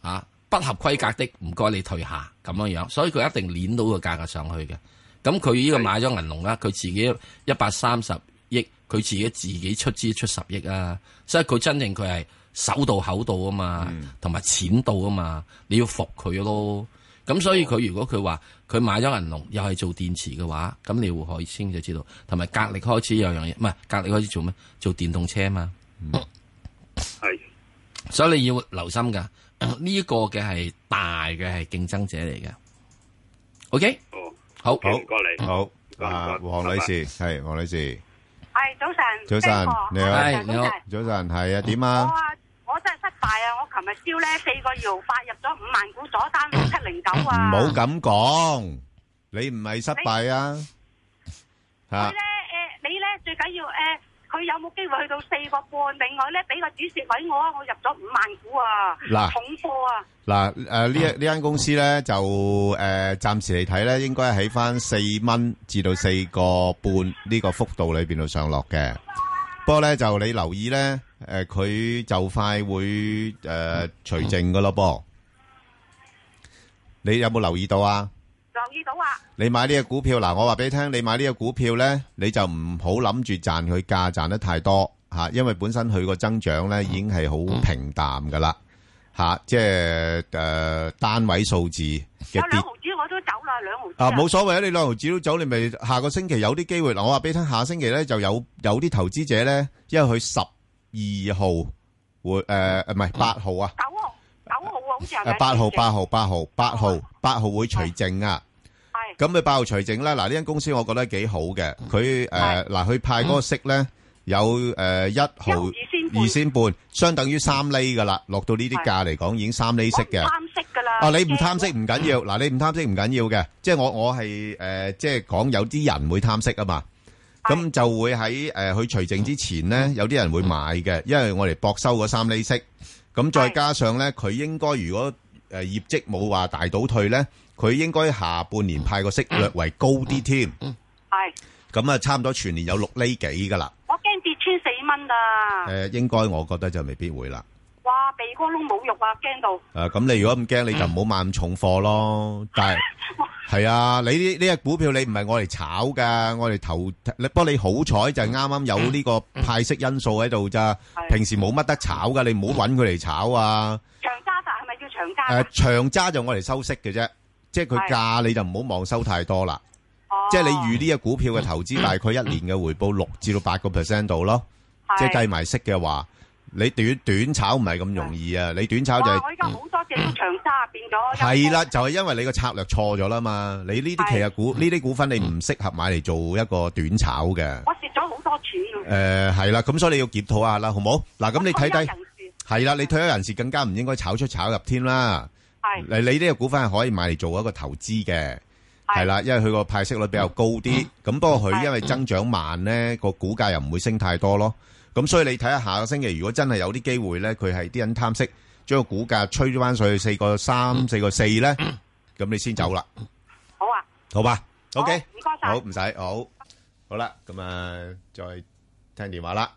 Speaker 5: 啊。不合規格的，唔該你退下咁樣樣，所以佢一定攣到個價格上去嘅。咁佢呢個買咗銀龍啦，佢自己一百三十億，佢自己自己出資出十億啊，所以佢真正佢係手到口到啊嘛，同埋錢到啊嘛，你要服佢咯。咁所以佢如果佢話佢買咗銀龍又係做電池嘅話，咁你會可以先就知道，同埋格力開始有樣嘢，唔係格力開始做咩？做電動車嘛。
Speaker 8: 系
Speaker 5: 所以你要留心噶， 呢、一個嘅係大嘅係競爭者嚟嘅。OK，
Speaker 8: 哦，
Speaker 5: 好，
Speaker 8: 好唔該你。
Speaker 4: 好，
Speaker 8: 唔該，
Speaker 4: 啊，
Speaker 8: 唔該，
Speaker 4: 黃女士，係，黃女士，
Speaker 7: 系早晨，
Speaker 4: 早晨你好
Speaker 7: 早晨
Speaker 5: 係你
Speaker 7: 早晨
Speaker 5: 好
Speaker 7: 我
Speaker 4: 早晨，係啊，點啊？
Speaker 7: 啊，我真系失败啊！我琴日朝咧四个搖發入咗五萬股左單六七零九啊！
Speaker 4: 唔好咁講，你唔係失敗啊。à.
Speaker 7: 佢咧誒，你咧最緊要誒，佢、有冇機會去到四個半？另外咧，俾個指示位我啊，我入咗五萬股啊，
Speaker 4: 嗱
Speaker 7: 重貨啊，
Speaker 4: 嚇，嗱，誒，呢一-呢間公司呢，就，誒，暫時嚟睇呢，應該喺返4蚊至到4.5呢個幅度裏邊度上落嘅。不過呢，就你留意呢，誒，佢就快會，誒，除淨㗎喇噃。你有冇留意到啊？
Speaker 7: 留意到啊，
Speaker 4: 你買呢個股票嗱，我話俾你聽，你買呢個股票咧，你就唔好諗住賺佢價賺得太多吓、因為本身佢個增長咧已經係好平淡噶啦吓，即係诶、呃單位數字
Speaker 7: 有
Speaker 4: 嘅跌
Speaker 7: 兩毫子啊我都走啦，兩毫子
Speaker 4: 啊，冇所謂啊！你兩毫紙都走，你咪下個星期有啲機會嗱，我話俾你聽，下星期咧就有有啲投資者咧，因為佢十二號會诶唔係八號啊。
Speaker 7: 九毫九毫啊，好似係咪
Speaker 4: 誒八號八號八號八號八號會除淨啊！
Speaker 7: 係
Speaker 4: 咁佢八號除淨咧，嗱呢間公司我覺得幾好嘅，佢誒
Speaker 7: 嗯
Speaker 4: 呃
Speaker 7: 係
Speaker 4: 嗱佢派嗰個息咧有誒一
Speaker 7: 一
Speaker 4: 毫
Speaker 7: 毫二仙半
Speaker 4: 二仙半，相等於三厘噶啦，落到呢啲價嚟講已經三厘息嘅。
Speaker 7: 我唔嗯貪息㗎啦，
Speaker 4: 啊，你唔
Speaker 7: 驚
Speaker 4: 貪息唔緊要，嗱你唔貪息唔緊要嘅，即係我我係誒即係講有啲人會貪息啊嘛。
Speaker 7: 係
Speaker 4: 咁就會喺誒佢除淨之前呢，有啲人會買嘅，因為我哋博收嗰三厘息。咁再
Speaker 7: 係
Speaker 4: 加上呢，佢應該如果誒業績冇話大倒退呢，佢應該下半年派個
Speaker 7: 嗯
Speaker 4: 息略為高啲添。
Speaker 7: 係
Speaker 4: 咁啊，差唔多全年有六厘幾噶啦。
Speaker 7: 我驚跌穿四蚊啊！
Speaker 4: 誒，應該我覺得就未必會啦。
Speaker 7: 哇，鼻哥窿冇肉啊，驚到
Speaker 4: 誒，咁你如果咁驚，
Speaker 7: 嗯
Speaker 4: 你就唔好買咁重貨咯。 但係係啊，你呢呢只股票你唔係我嚟炒㗎，我嚟投。你不過你好彩就係啱啱有呢個派息因素喺度咋。
Speaker 7: 嗯係
Speaker 4: 平時冇乜得炒㗎，你唔好揾佢嚟炒啊。
Speaker 7: 長揸法係咪要長
Speaker 4: 誒、
Speaker 7: 揸㗎？
Speaker 4: 長揸就我嚟收息嘅啫，即係佢
Speaker 7: 係
Speaker 4: 價你就唔好望收太多啦。
Speaker 7: 哦
Speaker 4: 即係你預呢只股票嘅 投資大概一年嘅回報六至到八個 percent 度咯，即係計埋息嘅話，你短短炒唔係咁容易啊！你短炒就
Speaker 7: 哇
Speaker 4: 係、
Speaker 7: 我而家好多隻都長揸變咗
Speaker 4: 係啦，就係因為你個策略錯咗啦嘛。你呢啲
Speaker 7: 係
Speaker 4: 其實股呢啲股份你唔適合買嚟做一個短炒嘅。
Speaker 7: 我蝕咗好多錢啊！
Speaker 4: 誒係啦，咁所以你要檢討下啦，好冇？嗱，咁你睇
Speaker 7: 退休人
Speaker 4: 睇
Speaker 7: 士
Speaker 4: 係啦，你退休人士更加唔應該炒出炒入添啦。
Speaker 7: 係
Speaker 4: 你你呢個股份係可以買嚟做一個投資嘅，
Speaker 7: 係
Speaker 4: 係啦，因為佢個派息率比較高啲。咁不過佢
Speaker 7: 係
Speaker 4: 因為增長慢咧，個股價又唔會升太多咯。咁所以你睇下下個星期，如果真係有啲機會咧，佢係啲人貪息，將個股價吹咗翻上去四個三、四個四 咧，咁你先走啦，
Speaker 7: 好啊。
Speaker 4: 好吧？OK，
Speaker 7: 唔該晒
Speaker 4: 好唔使，好好啦，咁啊，再聽電話啦。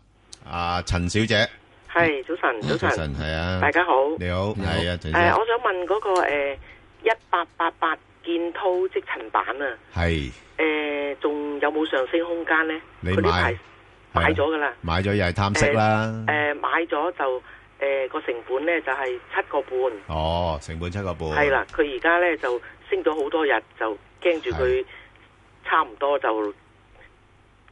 Speaker 4: 啊，陳小姐，
Speaker 9: 系早晨，早
Speaker 4: 早
Speaker 9: 晨，
Speaker 4: 晨，係啊，
Speaker 9: 大家好。
Speaker 4: 你好，係啊，
Speaker 9: 诶、
Speaker 4: 陳小姐
Speaker 9: 我想問嗰、個个诶一八八八建滔積塵版啊，
Speaker 4: 係
Speaker 9: 诶、仲有冇上升空間呢？
Speaker 4: 你
Speaker 9: 佢呢
Speaker 4: 買
Speaker 9: 排買咗噶啦，
Speaker 4: 買咗又係貪息啦。
Speaker 9: 诶、買咗就诶個、成本呢就係七個半，
Speaker 4: 哦，成本七個半。
Speaker 9: 係啦，佢而家呢就升咗好多日，就驚住佢差唔多就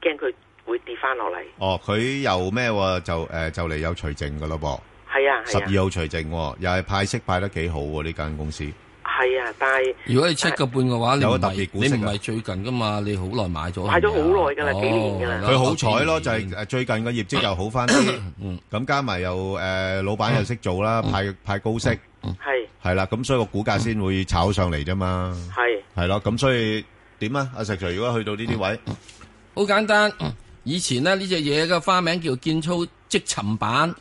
Speaker 9: 驚佢會跌翻落嚟，
Speaker 4: 哦，佢又咩喎？就诶、呃就嚟有除淨噶咯噃，
Speaker 9: 係啊
Speaker 4: 十
Speaker 9: 係
Speaker 4: 二
Speaker 9: 啊
Speaker 4: 號除淨喎，又係派息派得幾好喎呢間公司。
Speaker 9: 係啊，但係
Speaker 5: 如果你七個半嘅話，你
Speaker 4: 有
Speaker 5: 唔
Speaker 4: 個特別
Speaker 5: 係
Speaker 4: 股
Speaker 5: 你
Speaker 4: 息啊
Speaker 5: 唔係最近噶嘛？你好耐買咗，
Speaker 9: 買咗好耐㗎啦
Speaker 5: 哦
Speaker 9: 幾年㗎啦
Speaker 5: 係
Speaker 4: 佢好彩咯，
Speaker 5: 幾年
Speaker 4: 就係呃最近個業績又好翻啲，咁加埋又诶、呃老闆又識做啦，派派高息，
Speaker 9: 係
Speaker 4: 係啦，咁所以個股價先會炒上嚟啫嘛，
Speaker 9: 係
Speaker 4: 係咯，咁所以點啊？阿石 Sir，如果去到呢啲位，
Speaker 5: 好簡單。 以前呢，呢只嘢嘅花名叫建操積塵 版，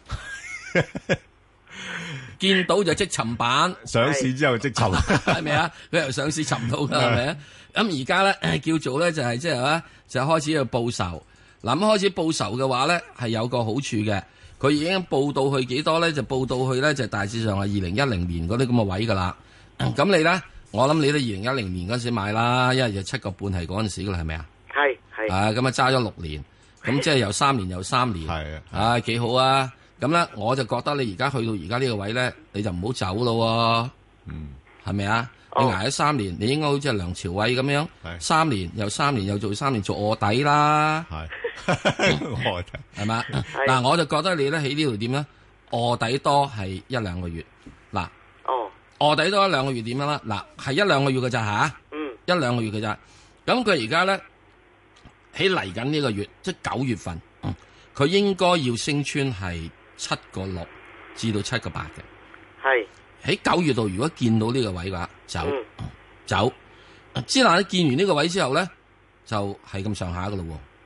Speaker 5: 見到就積塵版。
Speaker 4: 上市之後即沉，
Speaker 5: 系咪啊？佢由上市沉到噶，系咪啊？咁而家咧 叫做咧就係即係話，就開始去報仇。嗱咁開始報仇嘅話咧，係有個好處嘅。佢已經報到去幾多咧？就報到去咧，就大致上係二零一零年嗰啲咁嘅位噶啦。 咁你咧，我諗你都二零一零年嗰陣時買啦，因為就七個半係嗰陣時噶啦，係咪啊？
Speaker 9: 係係
Speaker 5: 啊，咁啊揸咗六年，咁即係由三年又三年，
Speaker 4: 係啊，
Speaker 5: 啊幾好啊！咁咧，我就覺得你而家去到而家呢個位咧，你就唔好走咯
Speaker 4: 嗯，
Speaker 5: 喎，係咪啊？
Speaker 9: 哦
Speaker 5: 你捱咗三年，你應該好似係梁朝偉咁樣，
Speaker 4: 係
Speaker 5: 三年又三年又做三年做卧底啦，
Speaker 4: 係我睇
Speaker 5: 係嘛？嗱，我就覺得你咧喺呢度點咧，卧底多係一兩個月，嗱，
Speaker 9: 哦，
Speaker 5: 卧底多一兩個月點樣啦？嗱，係一兩個月嘅咋吓。
Speaker 9: 嗯
Speaker 5: 一兩個月嘅咋。咁佢而家咧喺嚟緊呢個月，即係九月份，嗯佢、應該要升穿係七個六至到七個八嘅。
Speaker 9: 係
Speaker 5: 喺九月度，如果見到呢個位嘅話，走、
Speaker 9: 嗯
Speaker 5: 走。之但係見完呢個位之後咧，就係咁上下嘅咯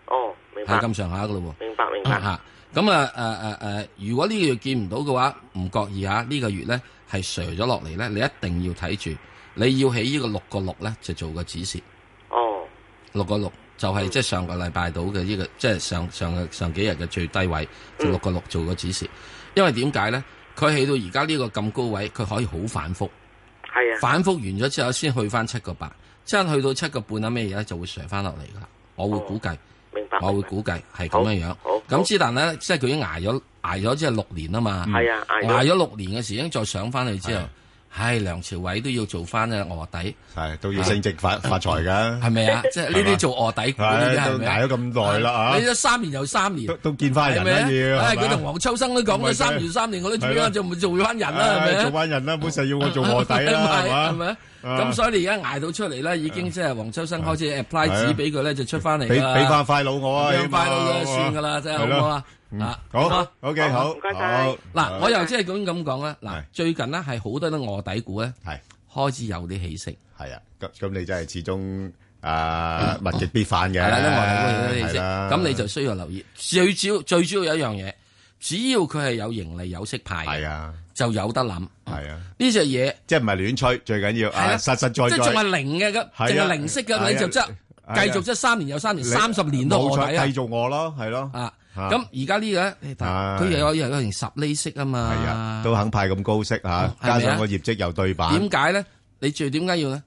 Speaker 9: 哦，明
Speaker 5: 喎，
Speaker 9: 白
Speaker 5: 係咁上下啊嘅咯
Speaker 9: 明白明
Speaker 5: 喎。
Speaker 9: 白，
Speaker 5: 嚇咁啊誒誒誒，如果呢個月見唔到嘅話，唔覺意啊嚇呢個月咧係瀉咗落嚟咧，你一定要睇住，你要喺呢個六個六咧就做個指示。
Speaker 9: 哦
Speaker 5: 六個六就
Speaker 9: 嗯
Speaker 5: 係即係上個禮拜到嘅呢個，即係上上個上幾日嘅最低位，
Speaker 9: 嗯
Speaker 5: 就六個六做個指示。因為點解咧？佢起到而家呢個咁高位，佢可以好反覆，
Speaker 9: 係啊，
Speaker 5: 反覆完咗之後先去翻七個八，即係去到七個半啊咩嘢咧就會上翻落嚟噶啦。我
Speaker 4: 哦
Speaker 5: 會估計，
Speaker 9: 明白，
Speaker 5: 我會
Speaker 9: 明白
Speaker 5: 估計係咁樣樣
Speaker 9: 好好。
Speaker 5: 咁之但咧，即係佢已經捱咗捱咗即係六年啊嘛。
Speaker 9: 係啊，捱
Speaker 5: 捱
Speaker 9: 咗
Speaker 5: 咗六年嘅時已經再上翻去之後，唉，梁朝偉都要做翻嘅卧 底，
Speaker 4: 係都要升職發發財㗎，
Speaker 5: 係咪啊？即係呢啲做卧底股呢啲
Speaker 4: 係
Speaker 5: 係
Speaker 4: 都
Speaker 5: 咪啊
Speaker 4: 捱咗咁耐啦
Speaker 5: 你都三年又三年
Speaker 4: 都，都見翻人
Speaker 5: 係咪
Speaker 4: 啦
Speaker 5: 啊
Speaker 4: 要
Speaker 5: 唉
Speaker 4: 係咪
Speaker 5: 佢同黃秋生都講
Speaker 4: 咪
Speaker 5: 咗
Speaker 4: 就係
Speaker 5: 三年三年，我都做
Speaker 4: 係啦
Speaker 5: 翻做唔做翻人啦，係
Speaker 4: 唉做
Speaker 5: 咪啊？
Speaker 4: 翻人啦，唔好成日要我做卧底 啦，
Speaker 5: 係
Speaker 4: 係嘛？
Speaker 5: 咪？
Speaker 4: 啊
Speaker 5: 咁所以你而家捱到出嚟咧，已經即係黃秋生開始
Speaker 4: 係
Speaker 5: apply
Speaker 4: 啊
Speaker 5: 紙俾佢咧，就出翻嚟
Speaker 4: 俾
Speaker 5: 啦
Speaker 4: 俾翻快佬我啊，
Speaker 5: 咁快到
Speaker 4: 起碼
Speaker 5: 佢算噶啦，真係好
Speaker 4: 係
Speaker 5: 唔
Speaker 4: 咯嗯
Speaker 5: 好啊？啊，
Speaker 4: 好
Speaker 5: 啊
Speaker 4: OK Ờ, 好，
Speaker 9: 唔該晒
Speaker 4: 好
Speaker 5: 嗱，我又即係咁咁講啦。啊嗱
Speaker 4: 啊係，
Speaker 5: 最近呢，係好多啲卧底股咧
Speaker 4: 係
Speaker 5: 開始有啲起色，
Speaker 4: 係啊，咁咁你真係始終啊物極必反嘅，
Speaker 5: 係啦，啲卧底股有啲起
Speaker 4: 係
Speaker 5: 色，
Speaker 4: 啦
Speaker 5: 咁你就需要留意。最主要最主要有一樣嘢，只要佢係有盈利有息派嘅，
Speaker 4: 係啊
Speaker 5: 就有得諗。
Speaker 4: 係啊，
Speaker 5: 呢只嘢。
Speaker 4: 即係唔係亂吹，最緊要
Speaker 5: 係
Speaker 4: 啊
Speaker 5: 啦
Speaker 4: 實實
Speaker 5: 即
Speaker 4: 在
Speaker 5: 係仲
Speaker 4: 在
Speaker 5: 係。零嘅咁，
Speaker 4: 係啊
Speaker 5: 淨係零息
Speaker 4: 係啊
Speaker 5: 嘅，你就即係
Speaker 4: 係啊
Speaker 5: 繼續即係三年又三年，
Speaker 4: 你
Speaker 5: 三十年都
Speaker 4: 冇
Speaker 5: 我
Speaker 4: 錯
Speaker 5: 睇啊
Speaker 4: 繼！續我咯，係咯，
Speaker 5: 啊，
Speaker 4: 啊
Speaker 5: 咁而家呢個咧，你睇
Speaker 4: 係
Speaker 5: 佢又有又有成十厘息啊嘛，
Speaker 4: 係啊，都肯派咁高息嚇，
Speaker 5: 係咪啊
Speaker 4: 加上個業績又對版，
Speaker 5: 點解咧？你最點解要咧？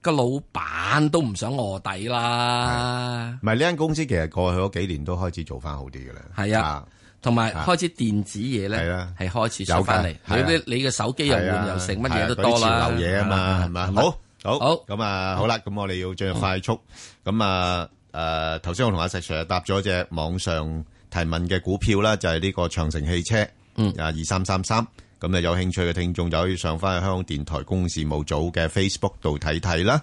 Speaker 5: 個老闆都唔想卧底啦，
Speaker 4: 唔係呢間公司其實過去嗰幾年都開始做翻好啲嘅啦。
Speaker 5: 係啊同埋
Speaker 4: 啊
Speaker 5: 開始電子嘢
Speaker 4: 係
Speaker 5: 咧
Speaker 4: 啊，
Speaker 5: 係開始上翻嚟
Speaker 4: 有㗎。
Speaker 5: 你
Speaker 4: 係啊
Speaker 5: 啲你嘅手機又
Speaker 4: 係啊
Speaker 5: 換又剩，乜
Speaker 4: 係啊
Speaker 5: 嘢都多啦
Speaker 4: 嗰啲潮。流嘢啊嘛，係嘛？好，好，
Speaker 5: 好
Speaker 4: 咁啊，好啦，咁我哋要進入快速，咁啊，誒，頭先我同阿石 Sir 答咗只網上提問嘅股票啦，就係呢個長城汽車，
Speaker 5: 嗯
Speaker 4: 啊，二三三三。咁啊，有興趣嘅聽眾就可以上翻去香港電台公共事務組嘅 Facebook 度睇睇啦。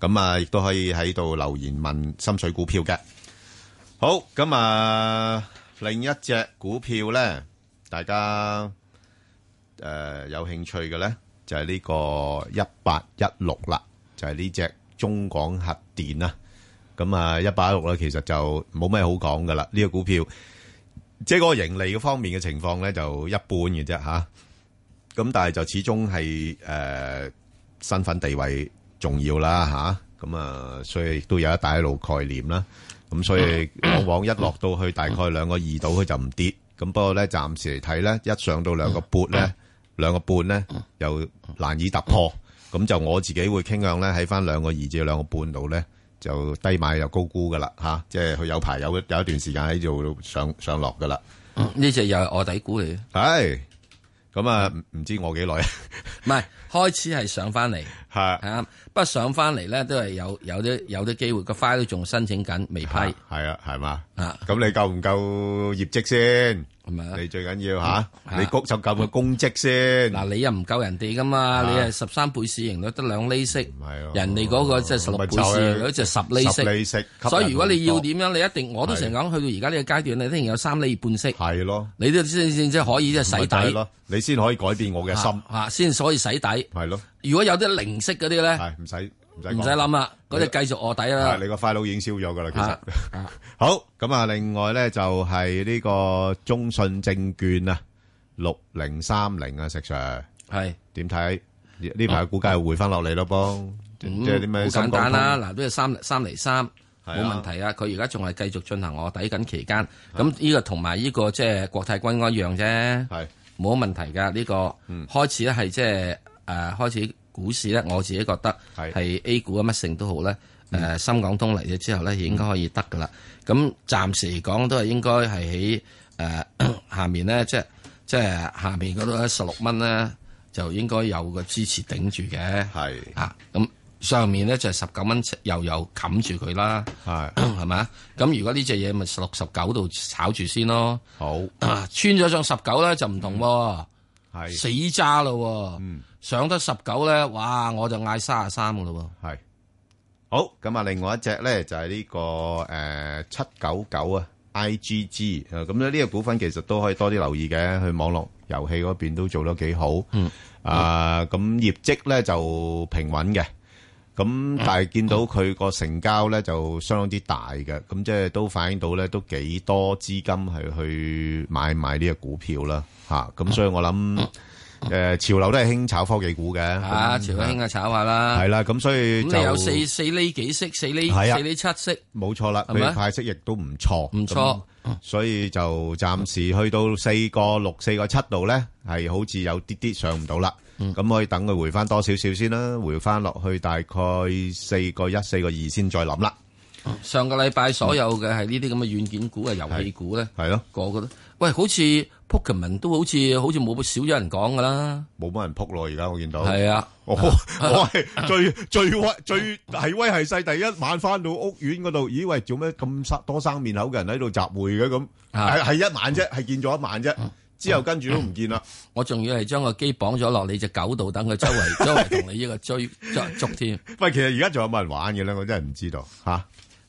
Speaker 4: 咁啊，亦都可以喺度留言問心水股票嘅。好，咁啊，另一隻股票咧，大家誒、呃有興趣嘅咧，就係、呢個一八一六啦，就係呢只中港核電啦。咁啊，一八一六咧，其實就冇咩好講噶啦。呢、個股票，即係嗰個盈利嘅方面嘅情況咧，就一般嘅啫吓。咁、但係就始終係誒、呃身份地位重要啦吓。咁啊，所以亦都有一帶一路概念啦。咁所以往往一落到去大概兩個二度，佢就唔跌。咁不過咧，暫時嚟睇咧，一上到兩個半咧，兩個半咧
Speaker 5: 嗯
Speaker 4: 又難以突破。咁就我自己會傾向咧喺翻兩個二至兩個半度咧，就低買又高沽噶啦吓，即係佢有排有有一段時間喺度上上落噶啦。
Speaker 5: 嗯呢只又係卧底股嚟嘅，
Speaker 4: 係咁啊，唔唔知我幾耐
Speaker 5: 唔係開始係上翻嚟。
Speaker 4: 啊？
Speaker 5: 啊，不過上翻嚟咧都係有有啲有啲機會，個 file 都仲申請緊，未批
Speaker 4: 係係啊，係嘛？
Speaker 5: 啊，
Speaker 4: 咁你夠唔夠業績先？
Speaker 5: 係咪啊
Speaker 4: 你最緊要吓，
Speaker 5: 嗯
Speaker 4: 你谷就夠個公績先。
Speaker 5: 嗱，你又唔夠人哋噶嘛？你係十三倍市盈率得兩厘息
Speaker 4: 唔係喎，
Speaker 5: 人哋嗰個即係十六
Speaker 4: 咪
Speaker 5: 倍
Speaker 4: 就係
Speaker 5: 市盈率就十厘
Speaker 4: 十厘息吸引
Speaker 5: 所以如果你要
Speaker 4: 好多
Speaker 5: 點樣，你一定我都成日講，去到而家呢個階段，你一定有三厘半息，
Speaker 4: 係咯，
Speaker 5: 你都先先先可以即係
Speaker 4: 咪
Speaker 5: 洗
Speaker 4: 就係
Speaker 5: 底
Speaker 4: 咯，你先可以改變我嘅心，
Speaker 5: 啊，先所以洗底。
Speaker 4: 係咯，
Speaker 5: 如果有啲零息嗰啲咧，
Speaker 4: 係唔使唔使
Speaker 5: 唔
Speaker 4: 講
Speaker 5: 使諗啦，嗰只繼續卧底
Speaker 4: 啊
Speaker 5: 啦。
Speaker 4: 你個 file 已經燒咗噶啦，其
Speaker 5: 啊
Speaker 4: 實。 好，咁啊，另外咧就係呢個中信證券啊，六零三零啊，石 Sir
Speaker 5: 係。
Speaker 4: 點睇？呢呢排股價又回翻落嚟咯，噃，即
Speaker 5: 嗯
Speaker 4: 係啲咩
Speaker 5: 好
Speaker 4: 深
Speaker 5: 簡
Speaker 4: 港
Speaker 5: 單啦，
Speaker 4: 通
Speaker 5: 嗱都係三三厘三冇問題啊！佢而家仲係繼續進行我底緊期間，咁呢個同埋呢個即係國泰君安一樣啫，
Speaker 4: 係
Speaker 5: 冇問題㗎。呢個
Speaker 4: 嗯
Speaker 5: 開始咧係即係誒開始股市咧，我自己覺得
Speaker 4: 係嗯
Speaker 5: 係 A 股啊乜成都好咧。誒深港通嚟咗之後咧，應該可以得㗎啦。咁暫時嚟講都係應該係喺誒下面咧，即係即係下面嗰度咧十六蚊咧，就應該有個支持頂住嘅。
Speaker 4: 係
Speaker 5: 啊，咁上面咧就係十九蚊又有冚住佢啦，
Speaker 4: 係
Speaker 5: 係咪啊？咁如果呢只嘢咪六十九度炒住先咯，
Speaker 4: 好
Speaker 5: 啊穿咗上十九咧就唔同喎，
Speaker 4: 係
Speaker 5: 死揸咯
Speaker 4: 嗯
Speaker 5: 喎，上得十九咧，哇我就嗌三啊三噶咯
Speaker 4: 係好咁啊！另外一隻咧就係呢個誒七九九啊，IGG 啊，咁咧呢個股份其實都可以多啲留意嘅，佢網絡遊戲嗰邊都做得幾好。
Speaker 5: 嗯
Speaker 4: 啊，咁業績咧就平穩嘅。
Speaker 5: 嗯
Speaker 4: 咁但係見到佢個成交咧就相當之大嘅，咁即係都反映到咧都幾多資金係去買賣呢個股票啦，嚇、咁所以我諗誒、呃潮流都係興炒科技股嘅，
Speaker 5: 喎，嗯啊朝興啊炒下啦
Speaker 4: 嗯係，啦，咁所以
Speaker 5: 咁
Speaker 4: 就
Speaker 5: 你有四四厘幾息，四厘
Speaker 4: 係啊
Speaker 5: 四厘七息，
Speaker 4: 冇錯啦，
Speaker 5: 係咪
Speaker 4: 佢派息亦都唔錯，
Speaker 5: 唔錯
Speaker 4: 咁，所以就暫時去到四個六、四個七度咧，係好似有啲啲上唔到啦。咁可以等佢回翻多少少先啦，回翻落去大概四個一、四個二先再諗啦，
Speaker 5: 上個禮拜所有嘅係呢啲咁嘅軟件股啊遊戲股咧，
Speaker 4: 係咯，
Speaker 5: 個個都喂好似 Pokemon 都好似好似冇少咗人講噶啦，
Speaker 4: 冇乜人撲咯，而家我見到。
Speaker 5: 係啊。
Speaker 4: 我我係最最威最係威係勢，第一晚翻到屋苑嗰度，咦喂，做咩咁生多生面口嘅人喺度集會嘅咁？
Speaker 5: 啊
Speaker 4: 係係一晚啫，係見咗一晚啫，之後跟住都唔見啦。
Speaker 5: 我仲要係將個機綁咗落你只狗度，等佢周 圍周圍同你呢個追捉捉添。
Speaker 4: 喂，其實而家仲有冇人玩嘅咧？我真係唔知道吓。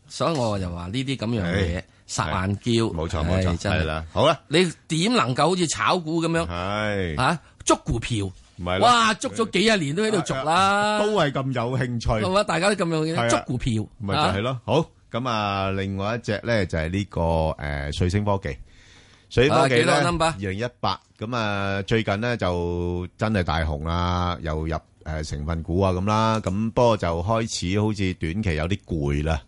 Speaker 5: 所以我就話呢啲咁樣嘢
Speaker 4: 係
Speaker 5: 殺眼嬌，
Speaker 4: 冇錯冇
Speaker 5: 唉
Speaker 4: 錯，
Speaker 5: 真
Speaker 4: 係
Speaker 5: 係。
Speaker 4: 啦，好啦，
Speaker 5: 你點能夠好似炒股咁樣
Speaker 4: 係
Speaker 5: 嚇捉股票？
Speaker 4: 唔係啦
Speaker 5: 哇！捉咗幾廿年都喺度捉啦，
Speaker 4: 都係咁有興
Speaker 5: 係
Speaker 4: 趣，
Speaker 5: 嘛？大家都咁樣
Speaker 4: 係啊
Speaker 5: 嘅捉股票，
Speaker 4: 咪就係
Speaker 5: 啊
Speaker 4: 咯。好咁啊，另外一隻咧就係呢個誒瑞星科技。水科技咧，
Speaker 5: 啊幾多 number？
Speaker 4: 二零一八咁啊，最近咧就真係大紅啦，又入誒、呃成分股啊咁啦，咁不過就開始好似短期有啲攰啦，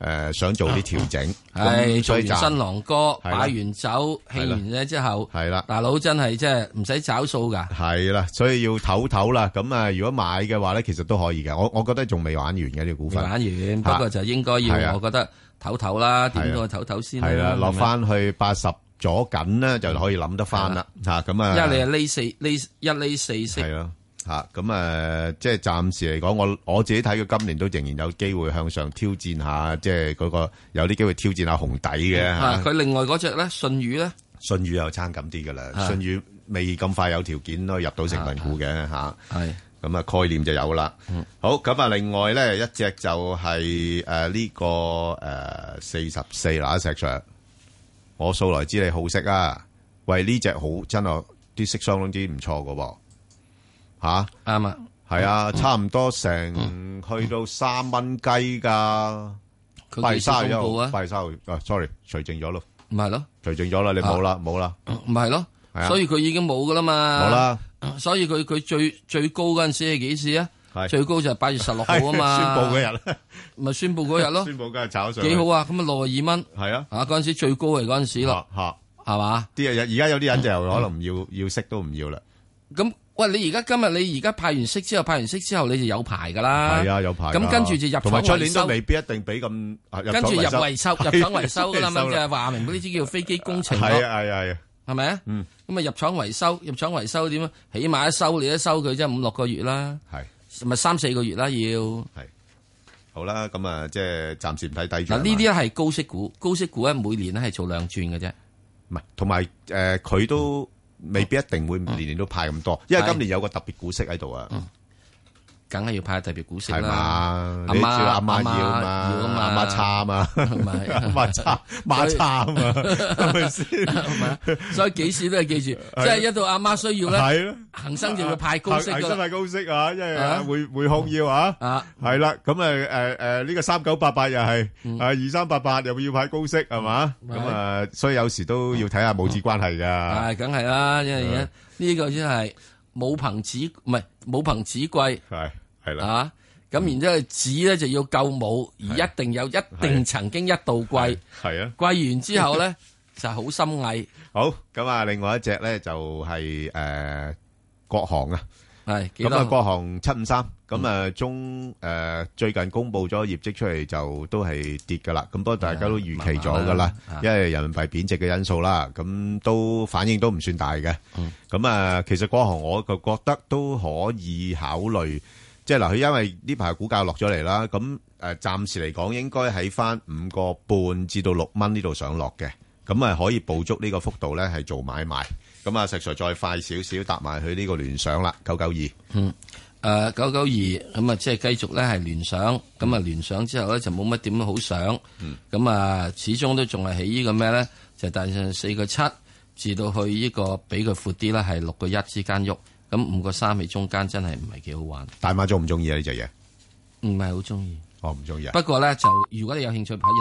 Speaker 4: 誒、想做啲調整，
Speaker 5: 唉，做
Speaker 4: 咁所
Speaker 5: 完
Speaker 4: 以就
Speaker 5: 新郎哥，
Speaker 4: 係
Speaker 5: 擺
Speaker 4: 啦
Speaker 5: 完酒，
Speaker 4: 係
Speaker 5: 慶
Speaker 4: 啦
Speaker 5: 完咧之後，
Speaker 4: 係啦
Speaker 5: 大佬真係即係唔使找數㗎。
Speaker 4: 係啦，所以要唞唞啦。咁啊，如果買嘅話咧，其實都可以嘅。我我覺得仲未玩完嘅呢、個股
Speaker 5: 未
Speaker 4: 份
Speaker 5: 玩，完，
Speaker 4: 嚇
Speaker 5: 不過就應該
Speaker 4: 係啊
Speaker 5: 要，我覺得唞唞啦，
Speaker 4: 係啊
Speaker 5: 點都去唞唞先
Speaker 4: 係啦，落
Speaker 5: 係咪
Speaker 4: 翻去八十左緊咧，就可以諗得翻啦。嚇咁啊，
Speaker 5: 因為你係呢四呢一呢四
Speaker 4: 係啊
Speaker 5: 式，
Speaker 4: 咯，吓咁诶，即係暫時嚟講，我我自己睇佢今年都仍然有機會向上挑戰下，即係嗰個有啲機會挑戰下紅底嘅
Speaker 5: 啊
Speaker 4: 吓。
Speaker 5: 佢另外嗰只咧信宇咧，
Speaker 4: 信宇又差咁啲噶啦，
Speaker 5: 啊
Speaker 4: 信宇未咁快有條件可以入到成分股嘅吓，
Speaker 5: 係
Speaker 4: 咁啊概念就有啦。
Speaker 5: 嗯
Speaker 4: 好，咁啊另外咧一隻就係诶呢個诶四十四啦，石 Sir，我素來知你好色啊，喂呢隻好真係啲色相當之唔錯噶喎，吓、
Speaker 5: 啱啊，
Speaker 4: 係啊，差唔多成去到三蚊雞㗎，
Speaker 5: 嗯佢幾時
Speaker 4: 一
Speaker 5: 公
Speaker 4: 號
Speaker 5: 佈啊？
Speaker 4: 八月三號啊，sorry，除淨咗咯，
Speaker 5: 唔係咯，
Speaker 4: 除淨咗啦，你
Speaker 5: 啊
Speaker 4: 冇啦，冇啦，
Speaker 5: 哦唔係咯
Speaker 4: 係啊，
Speaker 5: 所以佢已經冇噶啦嘛，
Speaker 4: 冇，啦，
Speaker 5: 所以佢佢最最高嗰陣時係幾時啊
Speaker 4: 係？
Speaker 5: 最高就係八月十六號啊嘛，
Speaker 4: 係宣佈嗰日啦，
Speaker 5: 咪宣佈嗰日咯，
Speaker 4: 宣佈嗰日炒上去，
Speaker 5: 幾好啊！咁啊六廿二蚊，
Speaker 4: 係啊，
Speaker 5: 啊嗰陣時最高係嗰陣時咯，
Speaker 4: 嚇嚇
Speaker 5: 係嘛？
Speaker 4: 啲人而家有啲人就可能唔要要息都唔要啦，
Speaker 5: 咁喂，你而家今日你而家派完息之後，派完息之後你就有排㗎啦，
Speaker 4: 係啊，有排㗎
Speaker 5: 咁跟住就入
Speaker 4: 同埋
Speaker 5: 廠
Speaker 4: 出
Speaker 5: 維
Speaker 4: 年都
Speaker 5: 修
Speaker 4: 未必一定俾咁，啊入
Speaker 5: 跟住入
Speaker 4: 廠維
Speaker 5: 維修、入 廠維修㗎啦嘛，就
Speaker 4: 入廠維修啦
Speaker 5: 係話明嗰啲叫飛機工程咯
Speaker 4: 係啊係啊係啊，
Speaker 5: 係咪啊？
Speaker 4: 嗯
Speaker 5: 咁啊入廠維修，入廠維修點啊？起碼一收你一收佢即係五六個月啦，
Speaker 4: 係
Speaker 5: 咪三四個月啦要。
Speaker 4: 好啦，咁啊即係暫時唔睇底住
Speaker 5: 嗱
Speaker 4: 啊
Speaker 5: 呢
Speaker 4: 嘛
Speaker 5: 啲咧係高息股，高息股咧每年咧係做兩轉嘅啫。
Speaker 4: 唔係，同埋誒佢都未必一定會年年都派咁多，因為
Speaker 5: 係
Speaker 4: 今年有個特別股息喺度啊，
Speaker 5: 梗係要派特別股息
Speaker 4: 係
Speaker 5: 啦，
Speaker 4: 嘛？
Speaker 5: 阿
Speaker 4: 你知
Speaker 5: 媽
Speaker 4: 阿媽
Speaker 5: 阿媽
Speaker 4: 要啊
Speaker 5: 要啊
Speaker 4: 嘛，
Speaker 5: 嘛
Speaker 4: 阿媽差啊嘛，
Speaker 5: 係咪
Speaker 4: 阿 媽差媽差啊嘛，係咪先？
Speaker 5: 係咪啊？ 所以幾時都係記住，即係一到阿媽需要咧，
Speaker 4: 係咯，
Speaker 5: 恒生就會派高息
Speaker 4: 係
Speaker 5: 㗎
Speaker 4: 真
Speaker 5: 啦。
Speaker 4: 係高息啊，因為
Speaker 5: 啊
Speaker 4: 會會控要啊。
Speaker 5: 啊，
Speaker 4: 係啦，咁啊誒誒呢個三九八八又係
Speaker 5: 嗯
Speaker 4: 啊二三八八又要派高息係嘛？咁啊，所以有時都要睇下母子關係㗎。
Speaker 5: 係梗係啦，因為而家呢個先係冇朋子，唔係冇朋子貴
Speaker 4: 係係啦。
Speaker 5: 啊。咁然之後紙咧就要夠武，而一定有一定曾經一度貴，
Speaker 4: 係啊。
Speaker 5: 貴完之後咧就好心翳，
Speaker 4: 好，咁啊，另外一隻呢，就係，呃，國航啊。
Speaker 5: 係幾
Speaker 4: 咁啊，
Speaker 5: 多？
Speaker 4: 國航753，咁啊，中-呃，最近公布咗業績出嚟就都係跌㗎啦，咁不過大家都預期咗㗎啦，
Speaker 5: 慢慢啦，啊。
Speaker 4: 因為人民幣貶值嘅因素啦，咁都反應都唔算大嘅。咁啊，其實國航我就覺得都可以考慮，即係嗱，佢因為呢排股價落咗嚟啦，咁，呃，暫時嚟講應該喺返5.5至到6蚊呢度上落嘅，咁啊，可以捕捉呢個幅度呢，係做買賣。咁啊，石Sir再快少少搭埋去呢個聯想啦，992
Speaker 5: 誒呃九九二咁啊，即係繼續咧係聯想，咁啊聯想之後咧就冇乜點好想，咁啊始終都仲係起呢個咩咧，就大上四個七至到去呢個比佢闊啲啦，係六個一之間喐，咁五個三喺中間真係唔係幾好玩，
Speaker 4: 大媽中唔中意啊？呢只嘢，
Speaker 5: 唔係好中意。
Speaker 4: 我唔中意啊。
Speaker 5: 不過咧就如果你有興趣可以。